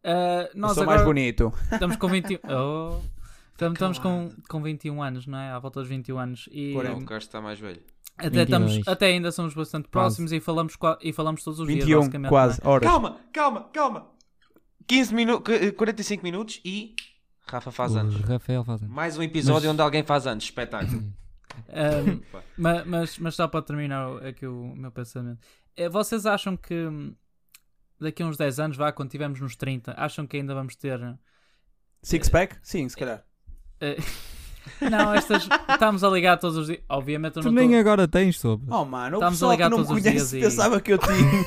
S4: eh,
S3: Nós
S4: nós
S3: sou mais
S4: agora
S3: bonito.
S4: estamos com 21 oh, estamos, estamos com, com 21 anos, não é? À volta dos 21 anos e
S1: Não, o Carlos está mais velho.
S4: até,
S2: 22.
S4: estamos, até ainda somos bastante próximos e falamos, qua- e falamos todos os dias
S3: 21,
S4: basicamente.
S3: quase,
S4: não é?
S3: horas.
S1: Calma, calma, calma. 15 minutos, 45 minutos eh, e... Rafa faz
S2: O
S1: anos.
S2: Rafael faz anos.
S1: Mais um episódio
S2: Mas-
S1: onde alguém faz anos. Espetáculo.
S4: é? Ahm, ma- mas, mas só para terminar o- aqui o meu pensamento, Eh, vocês acham que hum, daqui a uns 10 anos, vá, quando tivermos nos 30, acham que ainda vamos ter.
S3: Six pack? Sim, se calhar.
S4: Não, estas. Estamos a ligar todos os dias. Obviamente eu
S2: Tu
S4: não
S2: nem
S4: estou.
S2: agora tens, soube.
S3: Oh mano, o
S4: Estamos a
S3: pessoal que
S4: ligar
S3: não me
S4: todos os dias
S3: conhece
S4: e-
S3: pensava que eu tinha.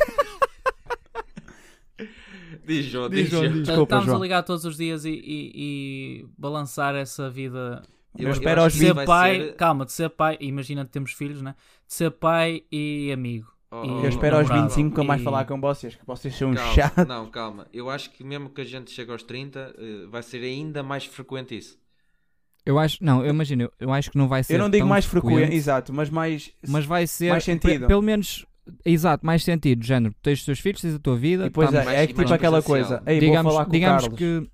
S1: Diz João,
S2: Diz,
S1: diz
S2: é João,
S1: João.
S2: diz.
S3: Desculpa,
S4: Estamos a
S3: João.
S4: ligar todos os dias e, e- e balançar essa vida.
S1: Eu-
S3: Eu
S1: eu
S3: espero
S1: acho
S3: aos
S1: que
S4: De
S1: isso
S4: ser
S1: vai
S4: pai,
S1: ser-
S4: calma, de ser pai, imagina que temos filhos, né? De ser pai e amigo.
S1: Oh,
S4: E-
S1: oh,
S3: Eu espero aos
S4: Namorado.
S3: 25 que eu mais
S4: E-
S3: falar com vocês, que vocês são um
S1: Calma,
S3: chato.
S1: Não, calma. Eu acho que mesmo que a gente chegue aos 30, eh, vai ser ainda mais frequente isso.
S2: Eu acho, não, eu imagino, eu- eu acho que não vai ser.
S3: Eu não digo
S2: tão
S3: mais frequente, exato, mas mais.
S2: mas vai ser
S3: mais sentido.
S2: pe- pelo menos exato, mais sentido, género, tu tens os teus filhos, tens a tua vida,
S3: E depois
S2: estamos-
S3: é, é que
S1: mais- mais
S3: tipo aquela
S1: presencial.
S3: coisa. Ei, vou
S2: tá digamos,
S3: falar com o
S2: digamos
S3: Carlos.
S2: que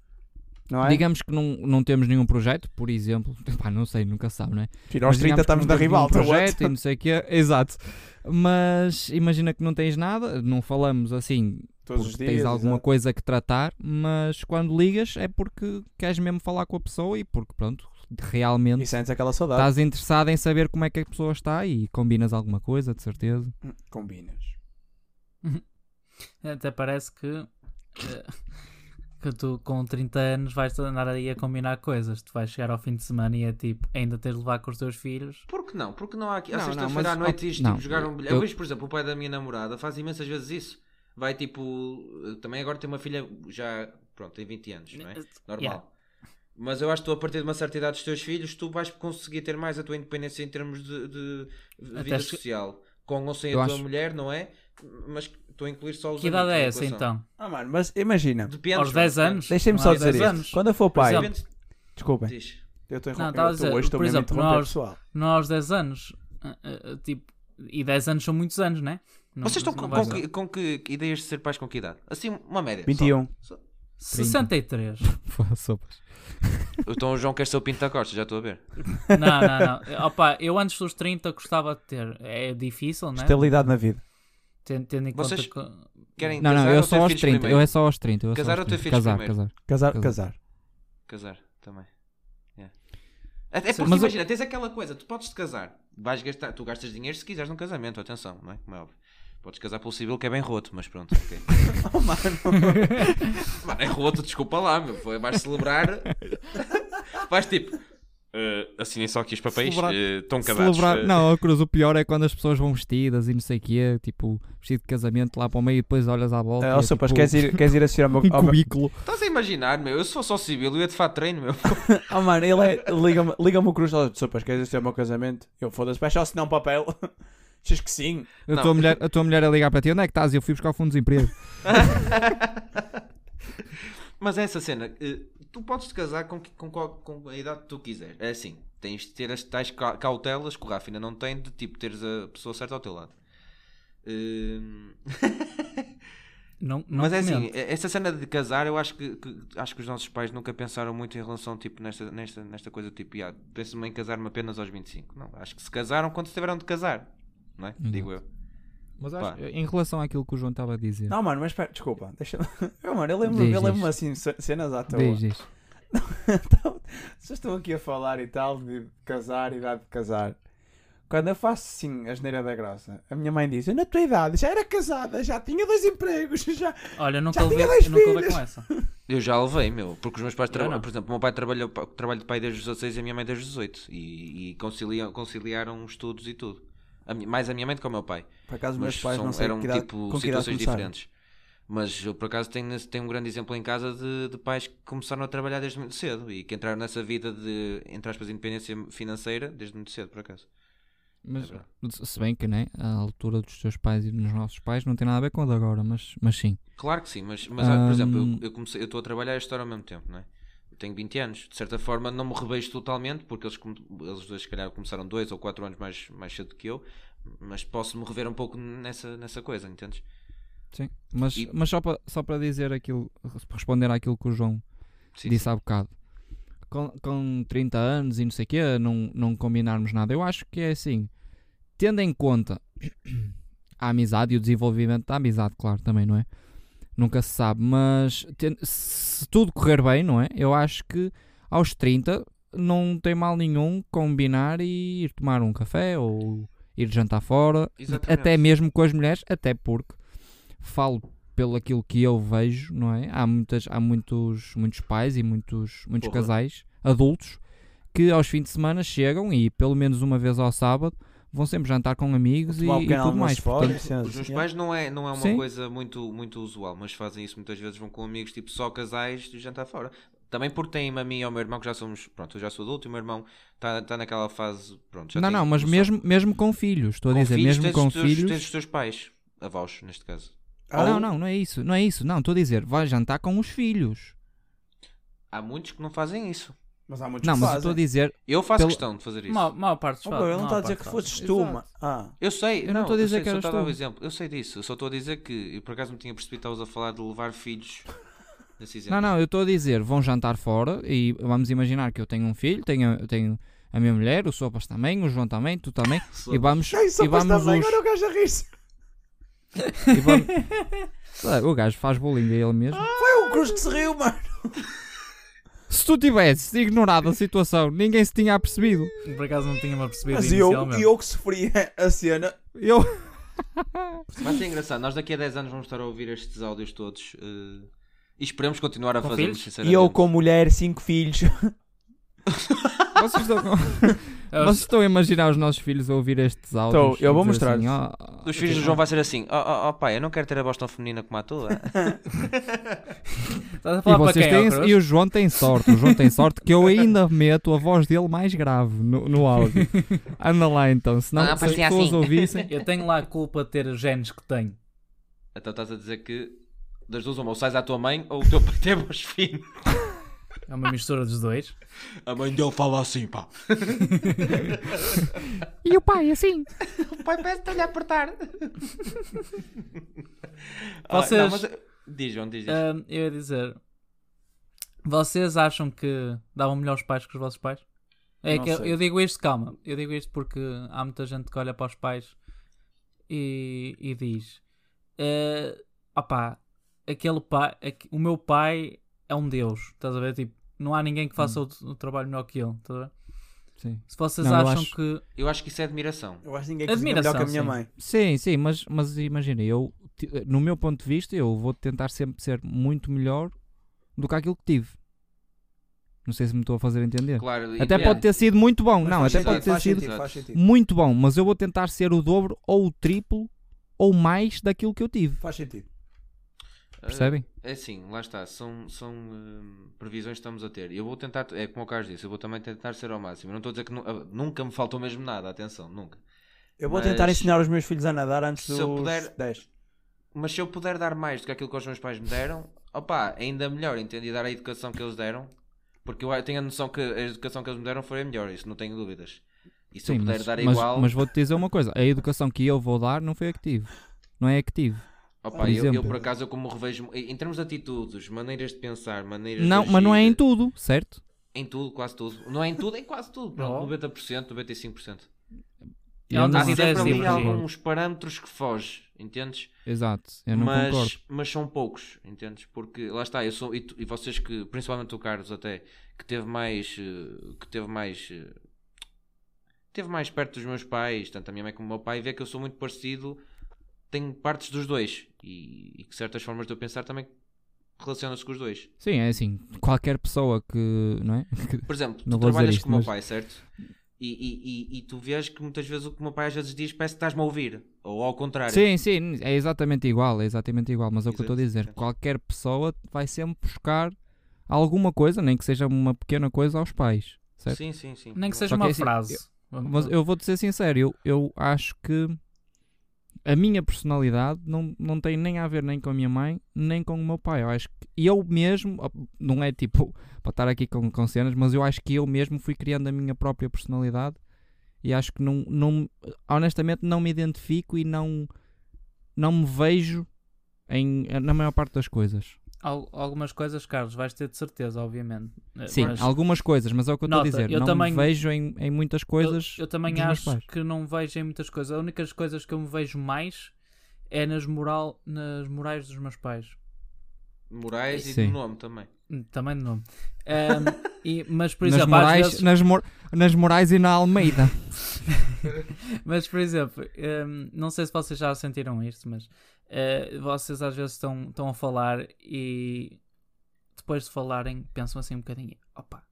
S3: Não é?
S2: digamos que não, não temos nenhum projeto, por exemplo, Pá, não sei, nunca sabe, não é?
S3: Filho, aos
S2: Mas
S3: 30
S2: digamos que
S3: estamos
S2: não
S3: na
S2: tens nenhum
S3: rival, tá
S2: projeto e não sei o quê, exato. Mas imagina que não tens nada, não falamos assim,
S3: Todos os
S2: porque
S3: dias.
S2: tens alguma
S3: exato.
S2: coisa que tratar, mas quando ligas é porque queres mesmo falar com a pessoa e porque pronto, realmente
S3: E sentes aquela saudade.
S2: estás interessado em saber como é que a pessoa está e combinas alguma coisa, de certeza.
S3: Hum, Combinas.
S4: Até parece que. eh, que tu com 30 anos vais andar aí a combinar coisas. Tu vais chegar ao fim de semana e é tipo, ainda tens de levar com os teus filhos.
S1: Por que não? Porque não há aqui. À
S2: Não, não,
S1: sexta-feira
S2: mas-
S1: à noite isto,
S2: não,
S1: tipo, jogar um bilhar. Eu
S2: eu-
S1: vejo, por exemplo, o pai da minha namorada faz imensas vezes isso. vai tipo. Também agora tem uma filha já. Pronto, tem 20 anos, não é? Normal.
S4: Eh, Yeah.
S1: Mas eu acho que tu, a partir de uma certa idade dos teus filhos, tu vais conseguir ter mais a tua independência em termos de, de vida
S4: Até che-
S1: social. Com ou sem a
S2: Eu
S1: tua
S2: acho-
S1: mulher, não é? Mas estou a incluir só os
S4: Que idade
S1: adultos
S4: é
S1: na
S4: essa
S1: equação.
S4: então?
S3: Ah, mano, mas imagina.
S1: Depende,
S4: Aos
S1: mano,
S4: 10
S1: depende.
S4: anos?
S3: Deixem-me
S4: Não
S3: só
S4: há
S3: dizer
S4: 10
S3: isto.
S4: anos.
S3: Quando eu for pai.
S4: exemplo-
S1: Depende-
S3: Desculpem.
S1: diz.
S3: Eu estou a
S4: Não, estava a
S3: interromper. Eu
S4: dizer,
S3: tô- Hoje estou
S4: por
S3: mesmo a
S4: exemplo,
S3: interromper,
S4: nós-
S3: pessoal.
S4: Não aos 10 anos. ah, ah, ah, tipo, e 10 anos são muitos anos, né? não
S1: Vocês estão com,
S4: não vais-
S1: com que, com que ideias de ser pais com que idade? Assim, uma média. só.
S3: 21.
S4: 63.
S2: Sopas.
S1: Então o João quer ser o Pinto da Costa, já estou a ver.
S4: não, não, não. Opa, eu antes dos 30 gostava de ter. É difícil, né?
S3: Estabilidade na vida.
S4: Tendo, tendo em conta
S1: Vocês-
S4: que.
S1: Querem
S2: Não, não,
S1: casar
S2: eu
S1: ou
S2: só
S1: ter
S2: aos
S1: filhos
S2: 30.
S1: primeiro?
S2: Eu é só aos 30. Eu é só
S1: Casar
S2: aos
S1: ou ter
S2: 30.
S1: filhos
S2: Casar,
S1: primeiro?
S2: casar.
S3: Casar,
S2: Casar.
S3: casar.
S1: Casar também. Yeah. É é porque
S2: Mas eu-
S1: imagina, tens aquela coisa, tu podes te casar, vais gastar, tu gastas dinheiro se quiseres num casamento, atenção, não é? Como é óbvio. Podes casar pelo civil que é bem roto, mas pronto, ok.
S3: Oh, mano.
S1: Mano, é roto, desculpa lá, meu. Foi, vais celebrar. vais tipo. eh, assinem só aqui os papéis,
S2: Celebrar-
S1: eh, estão acabados.
S2: Celebrar.
S1: eh,
S2: Não, ó, Cruz, o pior é quando as pessoas vão vestidas e não sei o quê, tipo, vestido de casamento lá para o meio e depois olhas à volta. e
S3: Ah, Ó,
S2: é,
S3: sopas,
S2: tipo,
S3: queres ir queres ir assistir ao meu.
S2: Em
S3: ao meu-
S2: cubículo.
S1: Estás a imaginar, meu? Eu sou só civil, eu ia de fato treino, meu.
S3: Oh, mano, ele é. Liga-me liga o Cruz. ó, Sopas, queres assistir ao meu casamento? Eu foda-se. Vai só assinar um papel. Achas que sim?
S2: A
S1: Não.
S2: tua, mulher, a tua mulher a ligar para ti, onde é que estás? Eu fui buscar o fundo de desemprego.
S1: Mas é essa cena, eh, tu podes te casar com, que- com, qual- com a idade que tu quiseres. É assim, tens de ter as tais ca- cautelas que o Rafa ainda não tem, de tipo teres a pessoa certa ao teu lado. Hum,
S4: Não, não
S1: Mas é assim,
S4: comento.
S1: eh, essa cena de casar, eu acho que, que- acho que os nossos pais nunca pensaram muito em relação tipo, nesta, nesta, nesta coisa tipo, "Ya, penso-me em casar-me apenas aos 25. Não, acho que se casaram quando se tiveram de casar, não é? Digo eu.
S2: Mas
S1: acho-
S2: acho, em relação àquilo que o João estava a dizer,
S3: Não, mano, mas espera, desculpa. Deixa... Eu, mano, eu lembro-
S2: Diz,
S3: eu lembro-me
S2: diz.
S3: assim, ce- cenas à toa.
S2: diz, diz.
S3: Então, Vocês estão aqui a falar e tal de casar, idade de casar. Quando eu faço sim a geneira da grossa, a minha mãe diz: Eu na tua idade já era casada, já tinha dois empregos, já.
S4: Olha, eu nunca
S3: Já
S4: levei,
S3: tinha dois
S4: eu nunca levei
S3: filhos.
S4: com essa.
S1: Eu já levei, meu, porque os meus pais
S4: Eu
S1: trabalham.
S4: não.
S1: Por exemplo, o meu pai trabalhou pa- trabalho de pai desde os 16 e a minha mãe desde os 18. E, e conciliam, conciliaram estudos e tudo. A mi- mais a minha mãe do que o meu pai.
S3: Por acaso,
S1: Mas
S3: meus pais
S1: são-
S3: não sei
S1: eram
S3: que idade,
S1: tipo
S3: com que idade
S1: situações
S3: começaram.
S1: diferentes. Mas eu, por acaso, tenho, esse- tenho um grande exemplo em casa de, de pais que começaram a trabalhar desde muito cedo e que entraram nessa vida de, entre aspas, independência financeira desde muito cedo, por acaso.
S2: Mas,
S1: É verdade.
S2: se bem que, né, a altura dos teus pais e dos nossos pais não tem nada a ver com a de agora, mas, mas sim.
S1: Claro que sim, mas, mas ah, por exemplo,
S2: Ahm.
S1: eu- eu comecei- eu estou a trabalhar e a estudar ao mesmo tempo, não é? Eu tenho 20 anos, de certa forma não me revejo totalmente, porque eles, come- eles dois se calhar começaram dois ou quatro anos mais, mais cedo que eu, mas posso me rever um pouco nessa, nessa coisa, entendes?
S2: Sim. Mas,
S1: E-
S2: mas só para só para dizer aquilo, responder àquilo que o João
S1: Sim,
S2: disse há bocado. Com, com 30 anos e não sei o quê, não, não combinarmos nada. Eu acho que é assim, tendo em conta a amizade e o desenvolvimento da amizade, claro, também, não é? Nunca se sabe, mas ten- se tudo correr bem, não é? Eu acho que aos 30 não tem mal nenhum combinar e ir tomar um café ou ir jantar fora,
S1: Exatamente.
S2: até mesmo com as mulheres, até porque falo pelo aquilo que eu vejo, não é? Há, muitas, há muitos, muitos pais e muitos, muitos
S1: Porra.
S2: casais adultos que aos fins de semana chegam e pelo menos uma vez ao sábado vão sempre jantar com amigos e,
S3: Tomar um
S2: e
S3: pequeno
S2: tudo mais.
S3: almoço fora.
S2: Portanto,
S3: cenas
S1: Os meus
S3: assim,
S1: pais não é, não é uma
S2: Sim.
S1: coisa muito, muito usual, mas fazem isso muitas vezes, vão com amigos, tipo só casais e jantar fora. Também porque têm-me a mim e ao meu irmão, que já somos, pronto, eu já sou adulto e o meu irmão está tá naquela fase, pronto, já
S2: não,
S1: tem
S2: não, mas
S1: noção.
S2: mesmo, mesmo com filhos, estou a
S1: Com
S2: dizer,
S1: filhos,
S2: mesmo
S1: tens
S2: com
S1: os teus,
S2: filhos.
S1: Tens os teus pais, avós, neste caso.
S3: Ah,
S2: Não, não, não é isso, não é isso, não, estou a dizer, vai jantar com os filhos.
S1: Há muitos que não fazem isso.
S3: Mas há muitos
S2: Não,
S3: que
S2: mas eu estou
S3: fazem.
S2: a dizer,
S1: Eu faço
S2: Pelo-
S1: questão de fazer isso.
S4: Mal, mal parte dos
S3: Oh,
S4: fa-
S3: bro, ele não
S4: mal
S3: está a
S4: parte
S3: dizer que
S4: dos
S3: fosses
S2: fazem.
S3: tu,
S2: Exato.
S3: mano. Ah,
S1: Eu sei,
S2: Eu não estou a dizer
S1: eu sei,
S2: que
S1: só
S2: eras
S1: estava a dar
S2: tu.
S1: um exemplo. Eu sei disso, eu só estou a dizer que, eu por acaso não tinha percebido, estavas a falar de levar filhos nesse exemplo.
S2: Não, não, eu estou a dizer, vão jantar fora e vamos imaginar que eu tenho um filho, tenho, eu tenho a minha mulher, o Sopas também, o João também, tu também, e vamos,
S3: Ai,
S2: e
S3: sopas
S2: vamos
S3: também,
S2: os-
S3: agora o gajo a rir-se.
S2: e vamos- Sei lá, o gajo faz bullying a ele mesmo.
S1: um
S3: Foi o Cruz que se riu, mano.
S2: Se tu tivesses ignorado a situação, ninguém se tinha apercebido.
S4: Por acaso não tinha-me apercebido
S3: Mas eu,
S4: inicialmente.
S3: eu que sofria a cena.
S2: Eu...
S1: Mas é engraçado, nós daqui a 10 anos vamos estar a ouvir estes áudios todos eh, e esperamos continuar a
S4: Com
S1: fazê-los,
S4: filhos?
S1: sinceramente.
S3: E eu com mulher, cinco filhos.
S2: Vocês estão com...
S4: É,
S2: Vocês estão a imaginar os nossos filhos a ouvir estes áudios?
S4: Então,
S3: Estou, eu
S2: e
S3: vou
S2: dizer assim, "Oh,
S1: Dos filhos do João vai ser assim: ó ó, ó, pai, eu não quero ter a bosta feminina como a tua.
S4: Estás a falar
S2: E,
S4: para
S2: vocês
S4: quem? ó,
S2: têm,
S4: Cruz?
S2: e o João tem sorte, o João tem sorte que eu ainda meto a voz dele mais grave no, no áudio. Anda lá então, senão
S1: Ah,
S2: se as
S1: parecia
S2: pessoas
S1: assim.
S2: ouvissem.
S4: Eu tenho lá a culpa de ter os genes que tenho.
S1: então estás a dizer que das duas uma, ou sais à tua mãe ou o teu pai tem bons filhos.
S4: É uma mistura dos dois.
S1: A mãe dele fala assim, pá.
S2: E o pai, assim.
S1: O pai pede-te-lhe apertar.
S4: Vocês-
S1: não, mas- eh, Diz, João, diz, diz.
S2: Eh,
S4: Ahm, eu ia dizer, vocês acham que davam melhores pais que os vossos pais? É
S3: Não
S4: que eu,
S3: sei.
S4: eu digo isto, calma, eu digo isto porque há muita gente que olha para os pais e, e diz: eh, opá, aquele pai, aque- o meu pai é um deus, estás a ver? Tipo, não há ninguém que faça o, o trabalho melhor que ele, estás a ver?
S2: Sim,
S4: Se vocês
S2: Hum. Não, eu
S4: acham
S2: acho-
S4: que.
S1: Eu acho que isso é admiração.
S5: Eu acho que ninguém cozinha melhor
S4: Admiração,
S5: que a minha
S4: sim.
S5: mãe.
S2: sim, sim, mas, mas imagina, eu, ti- eh, no meu ponto de vista, eu vou tentar sempre ser muito melhor do que aquilo que tive. Não sei se me estou a fazer entender.
S1: Claro, é,
S2: Até
S1: entendo.
S2: pode ter sido muito bom,
S5: Mas
S2: não,
S5: faz
S2: até
S5: sentido,
S2: pode ter
S5: faz
S2: sido
S5: sentido, faz sentido.
S2: muito bom, mas eu vou tentar ser o dobro ou o triplo ou mais daquilo que eu tive.
S5: Faz sentido.
S1: Ah,
S2: Percebem?
S1: É assim, lá está, são, são hum, previsões que estamos a ter. Eu vou tentar, é como o Carlos disse, eu vou também tentar ser ao máximo. Eu não estou a dizer que nu- ah, nunca me faltou mesmo nada, atenção, nunca.
S5: Eu vou
S1: Mas-
S5: tentar ensinar os meus filhos a nadar antes
S1: Se
S5: dos
S1: eu puder-
S5: 10.
S1: Mas se eu puder dar mais do que aquilo que os meus pais me deram, opá, ainda melhor, entendi, dar a educação que eles deram, porque eu tenho a noção que a educação que eles me deram foi a melhor, isso não tenho dúvidas. E se eu puder dar
S2: mas,
S1: igual,
S2: mas vou-te dizer uma coisa: a educação que eu vou dar não foi a que tive. Não é a que tive.
S1: opá,
S2: por
S1: eu, eu
S2: exemplo.
S1: por acaso eu como revejo, em em termos de atitudes, maneiras de pensar, maneiras de
S2: Não, mas não é em
S1: agir,
S2: tudo, certo?
S1: Em tudo, quase tudo. Não é em tudo, é em quase tudo.
S4: Não.
S1: Pronto, 90%, 95%.
S4: É onde
S2: não
S1: Há
S4: Mas
S1: sempre
S4: ideias
S1: ali
S4: divergentes.
S1: alguns parâmetros que foge, entendes?
S2: Exato, eu não
S1: mas,
S2: concordo.
S1: mas são poucos, entendes? Porque lá está, eu sou e, tu- e vocês que, principalmente o Carlos até, que teve mais eh, que teve mais eh, teve mais perto dos meus pais, tanto a minha mãe como o meu pai, vê que eu sou muito parecido, tenho partes dos dois e, e que certas formas de eu pensar também relacionam-se com os dois.
S2: Sim, é assim: qualquer pessoa que. Não é? Que-
S1: Por exemplo,
S2: Não
S1: tu
S2: vou dizer
S1: trabalhas
S2: isto,
S1: com o meu
S2: mas-
S1: pai, certo? E, e- e- e tu vês que muitas vezes o que o meu pai às vezes diz parece que estás-me a ouvir, ou ao contrário.
S2: Sim, sim, é exatamente igual, é exatamente igual, mas é o que eu estou a
S1: Exato,
S2: dizer.
S1: exato.
S2: Qualquer pessoa vai sempre buscar alguma coisa, nem que seja uma pequena coisa aos pais, certo?
S1: Sim, sim, sim.
S4: Nem que
S1: Claro.
S4: seja
S2: Só que
S4: uma
S2: é assim,
S4: frase. Vamos-
S2: Mas eu vou-te ser sincero, eu, eu acho que a minha personalidade não, não tem nem a ver nem com a minha mãe, nem com o meu pai. Eu acho que eu mesmo, op- não é tipo para estar aqui com, com cenas, mas eu acho que eu mesmo fui criando a minha própria personalidade e acho que não, não honestamente não me identifico e não, não me vejo em, na maior parte das coisas.
S4: Al- algumas coisas, Carlos, vais ter de certeza, obviamente. Eh,
S2: Sim,
S4: mas-
S2: algumas coisas, mas é o que eu estou a
S4: Nota,
S2: dizer.
S4: eu
S2: não
S4: também-
S2: me vejo em, em muitas coisas.
S4: Eu, eu também
S2: dos meus
S4: acho
S2: pais.
S4: que não vejo em muitas coisas. As únicas coisas que eu me vejo mais é nas, moral, nas morais dos meus pais.
S1: Morais e
S2: Sim.
S1: do nome também.
S4: Hum, Também de nome. Ahm, e- mas, por
S2: nas,
S4: exemplo, às
S2: morais, né?
S4: vezes-
S2: nas, mor- nas morais e na Almeida.
S4: mas, por exemplo, ahm, não sei se vocês já sentiram isto, mas eh, vocês às vezes estão, estão a falar e depois de falarem pensam assim um bocadinho: opa,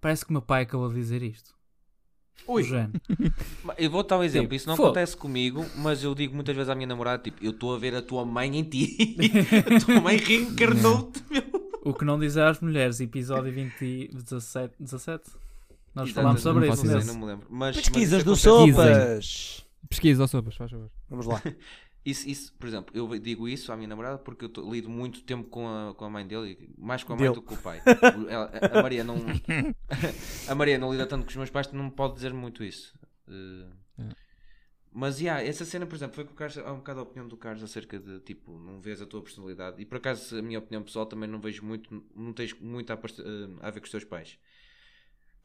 S4: parece que o meu pai acabou de dizer isto.
S1: Ui.
S4: Do género.
S1: Mas Eu vou dar um exemplo, isso não
S4: Tipo, fogo.
S1: acontece comigo, mas eu digo muitas vezes à minha namorada: tipo, eu estou a ver a tua mãe em ti. a tua mãe reencarnou-te, meu.
S4: O que não dizer às mulheres, episódio 20, e 17, 17? Nós
S1: Exato,
S4: falámos sobre
S2: não
S4: isso.
S2: faço
S1: Não,
S2: ideia,
S4: nesse.
S1: sei, não me lembro. Mas,
S5: Pesquisas do
S1: mas isso acontece.
S5: Sopas.
S2: Pesquisa, ó Sopas, faz favor.
S5: Vamos lá.
S1: Isso, isso, por exemplo, eu digo isso à minha namorada porque eu tô- lido muito tempo com a, com a mãe dele, e mais com a mãe
S5: Dele.
S1: do que com o pai. Ela- a, a Maria não, a Maria não lida tanto com os meus pais, não me pode dizer muito isso. Eh,
S2: É.
S1: Mas, yeah, essa cena, por exemplo, foi com o Carlos, há um bocado a opinião do Carlos acerca de, tipo, não vês a tua personalidade. E, por acaso, a minha opinião pessoal também não vejo muito, não tens muito a, pas- eh, a ver com os teus pais.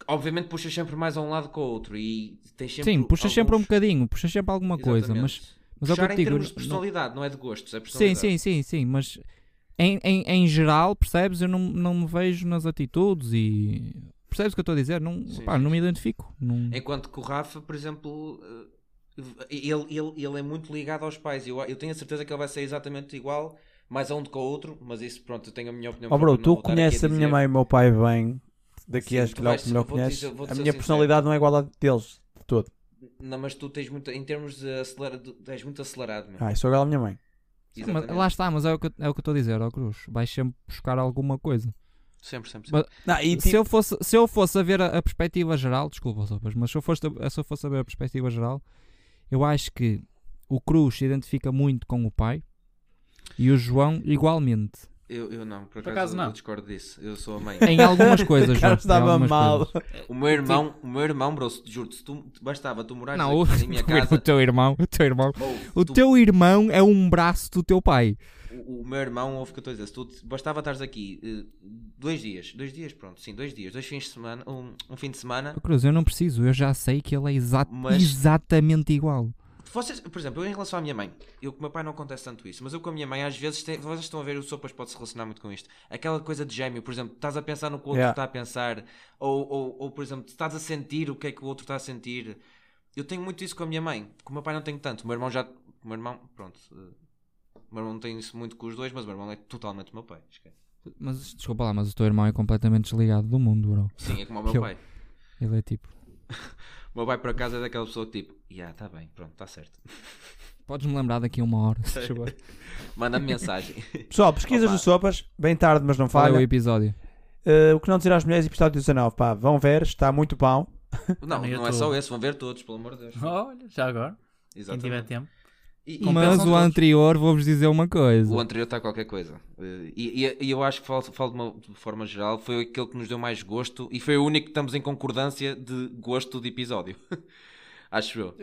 S1: Obviamente puxas sempre mais a um lado que ao outro e tens sempre
S2: Sim, puxas sempre um
S1: alguns-
S2: bocadinho, puxas sempre alguma coisa, mas,
S1: Exatamente.
S2: mas é o que eu
S1: Puxar
S2: te
S1: em
S2: digo.
S1: termos
S2: não-
S1: de
S2: não-
S1: personalidade, não é de gostos, é
S2: Sim,
S1: personalidade.
S2: sim, sim, sim, mas em, em, em geral, percebes? Eu não, não me vejo nas atitudes e. Percebes o que eu estou a dizer? Não,
S1: Sim,
S2: pá,
S1: sim, É,
S2: não me identifico. Não...
S1: Enquanto que o Rafa, por exemplo, eh, ele, ele, ele é muito ligado aos pais. Eu, eu tenho a certeza que ele vai ser exatamente igual, mais a um do que ao outro, mas isso, pronto, eu tenho a minha opinião.
S2: Oh,
S3: Oh,
S5: Ó bro,
S1: própria, não
S5: tu
S1: vou estar aqui
S5: conheces a minha
S1: dizer.
S5: mãe e o meu pai bem.
S3: daqui
S1: Sim,
S3: a és
S1: tu
S3: calhar o
S1: vais-
S3: que melhor
S1: vou-te
S3: conheces.
S1: dizer- vou-te
S3: a
S1: ser
S3: minha
S1: sincero.
S3: personalidade não é igual à deles, de todo.
S1: Não, mas tu tens muito, em termos de acelerado, és muito acelerado, meu.
S3: Ah, isso é igual à minha mãe.
S2: Sim, mas
S1: Exatamente.
S2: lá está, mas é o que eu é o que eu estou a dizer, ó Cruz. Vais sempre buscar alguma coisa.
S1: 100%.
S2: Mas-
S3: Não, e
S2: se,
S3: tipo,
S2: eu fosse, se eu fosse a ver a, a perspectiva geral, desculpa, sopas, mas se eu, fosse a, se eu fosse a ver a perspectiva geral, eu acho que o Cruz se identifica muito com o pai e o João igualmente.
S1: Eu, eu não, por acaso,
S4: acaso
S1: eu
S4: não.
S1: discordo disso. Eu sou a mãe.
S2: Em algumas coisas, João.
S3: Carlos
S2: em
S3: dava
S2: algumas
S3: mal.
S2: coisas.
S1: O meu irmão, o meu irmão, bro, se- juro-te, se tu bastava tu morares
S2: Não, o,
S1: aqui na minha
S2: o
S1: casa.
S2: teu irmão, o teu irmão.
S1: ouve,
S2: O
S1: tu-
S2: teu irmão é um braço do teu pai.
S1: o, o meu irmão, ouve o que eu estou a dizer. Se tu te- bastava estares aqui eh, dois dias, dois dias, pronto, sim, dois dias, dois fins de semana, um, um fim de semana.
S2: Ó Oh, Cruz, eu não preciso, eu já sei que ele é exa-
S1: Mas-
S2: exatamente igual.
S1: Vocês, por exemplo, eu em relação à minha mãe, eu com o meu pai não acontece tanto isso, mas eu com a minha mãe, às vezes, tem- vocês estão a ver, o Sopas pode se relacionar muito com isto. Aquela coisa de gêmeo, por exemplo, estás a pensar no que o outro
S3: Yeah.
S1: está a pensar, ou, ou, ou, por exemplo, estás a sentir o que é que o outro está a sentir. Eu tenho muito isso com a minha mãe, com o meu pai não tenho tanto. O meu irmão já. O meu irmão, pronto. eh, O meu irmão tem isso muito com os dois, mas o meu irmão é totalmente o meu pai. esquece.
S2: Mas desculpa lá, mas o teu irmão é completamente desligado do mundo, bro.
S1: Sim, é como o meu
S2: Eu-
S1: pai.
S2: Ele é tipo.
S1: O meu pai, por acaso, é daquela pessoa que tipo, yeah, está bem, pronto, está certo.
S2: Podes-me lembrar daqui a uma hora, é se faz favor.
S1: Manda-me mensagem.
S3: pessoal, pesquisas
S1: Opa.
S3: do Sopas, bem tarde, mas não
S2: Qual é o
S3: falha.
S2: episódio?
S3: Eh, o que não dizer às mulheres, episódio 19, pá, vão ver, está muito bom.
S1: Não,
S4: no
S1: não é
S4: YouTube.
S1: só esse, vão ver todos, pelo amor de Deus.
S2: Oh,
S4: Olha, já agora, quem tiver
S1: Exatamente.
S4: tempo.
S1: E- e
S2: Mas
S1: pensam
S2: o
S1: todos.
S2: anterior, vou-vos dizer uma coisa.
S1: O anterior está qualquer coisa. Eh, E, e- e eu acho que, falo, falo de uma de forma geral, foi aquele que nos deu mais gosto e foi o único que estamos em concordância de gosto de episódio. acho eu.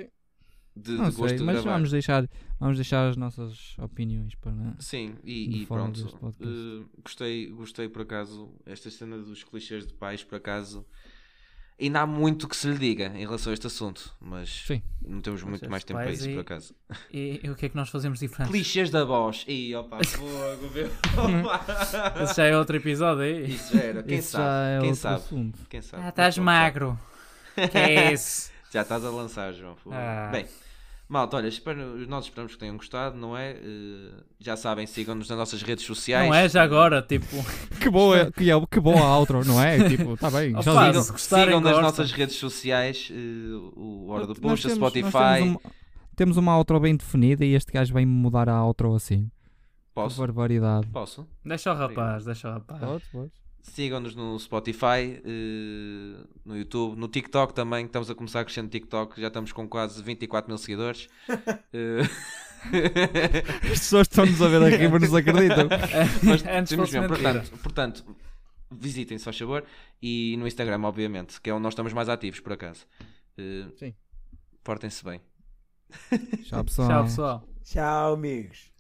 S1: De,
S2: não
S1: de gosto
S2: sei,
S1: de
S2: mas
S1: gravar.
S2: vamos deixar, vamos deixar as nossas opiniões para.
S1: Sim, e,
S2: de
S1: e
S2: fora
S1: pronto.
S2: deste podcast.
S1: Eh, gostei, gostei por acaso. Esta cena dos clichês de pais, por acaso. Ainda há muito que se lhe diga em relação a este assunto, mas
S2: Sim.
S1: não temos muito
S4: Clichês
S1: mais
S4: de
S1: tempo para
S4: pais
S1: isso,
S4: e-
S1: por acaso.
S4: E, e o que é que nós fazemos diferente?
S1: Clichês da voz. E opa, fogo, meu.
S4: Esse já é outro episódio aí.
S1: Isso era, quem
S2: Esse
S1: sabe?
S2: já é
S1: quem
S2: outro
S1: sabe?
S2: assunto.
S1: Quem sabe?
S4: Ah, estás
S1: Mas pronto,
S4: magro. Que é esse?
S1: Já estás a lançar, João. Fogo.
S4: Ah.
S1: Bem, malta, olha, espero- nós esperamos que tenham gostado, não é? Eh, já sabem, sigam-nos nas nossas redes sociais.
S4: Não é já agora, tipo.
S2: Que boa, que, é- que boa a outro, não é? Tipo, está bem.
S4: Opa,
S2: já
S4: se
S2: digo.
S1: Sigam,
S4: gostarem,
S1: sigam nas
S4: gostam.
S1: nossas redes sociais, eh, o Hora do
S2: Nós
S1: Puxa,
S2: temos- nós temos
S1: Spotify.
S4: um,
S2: uma- Temos uma outro bem definida e este gajo vem mudar a outro assim. Que
S1: Posso?
S2: barbaridade.
S1: Posso?
S4: Deixa o rapaz, deixa o rapaz.
S2: Podes, podes.
S1: Sigam-nos no Spotify, eh, no YouTube, no TikTok também, que estamos a começar a crescer no TikTok, já estamos com quase 24 mil seguidores. Eh,
S2: As pessoas estão-nos a ver daqui, mas nos acreditam.
S1: Mas
S4: Antes
S1: temos
S4: fosse
S1: mesmo,
S4: mentira.
S1: portanto, portanto, visitem, se faz favor, e no Instagram, obviamente, que é onde nós estamos mais ativos, por acaso. Eh,
S2: Sim.
S1: Portem-se bem.
S4: Tchau,
S2: Tchau,
S4: pessoal.
S3: Tchau, amigos.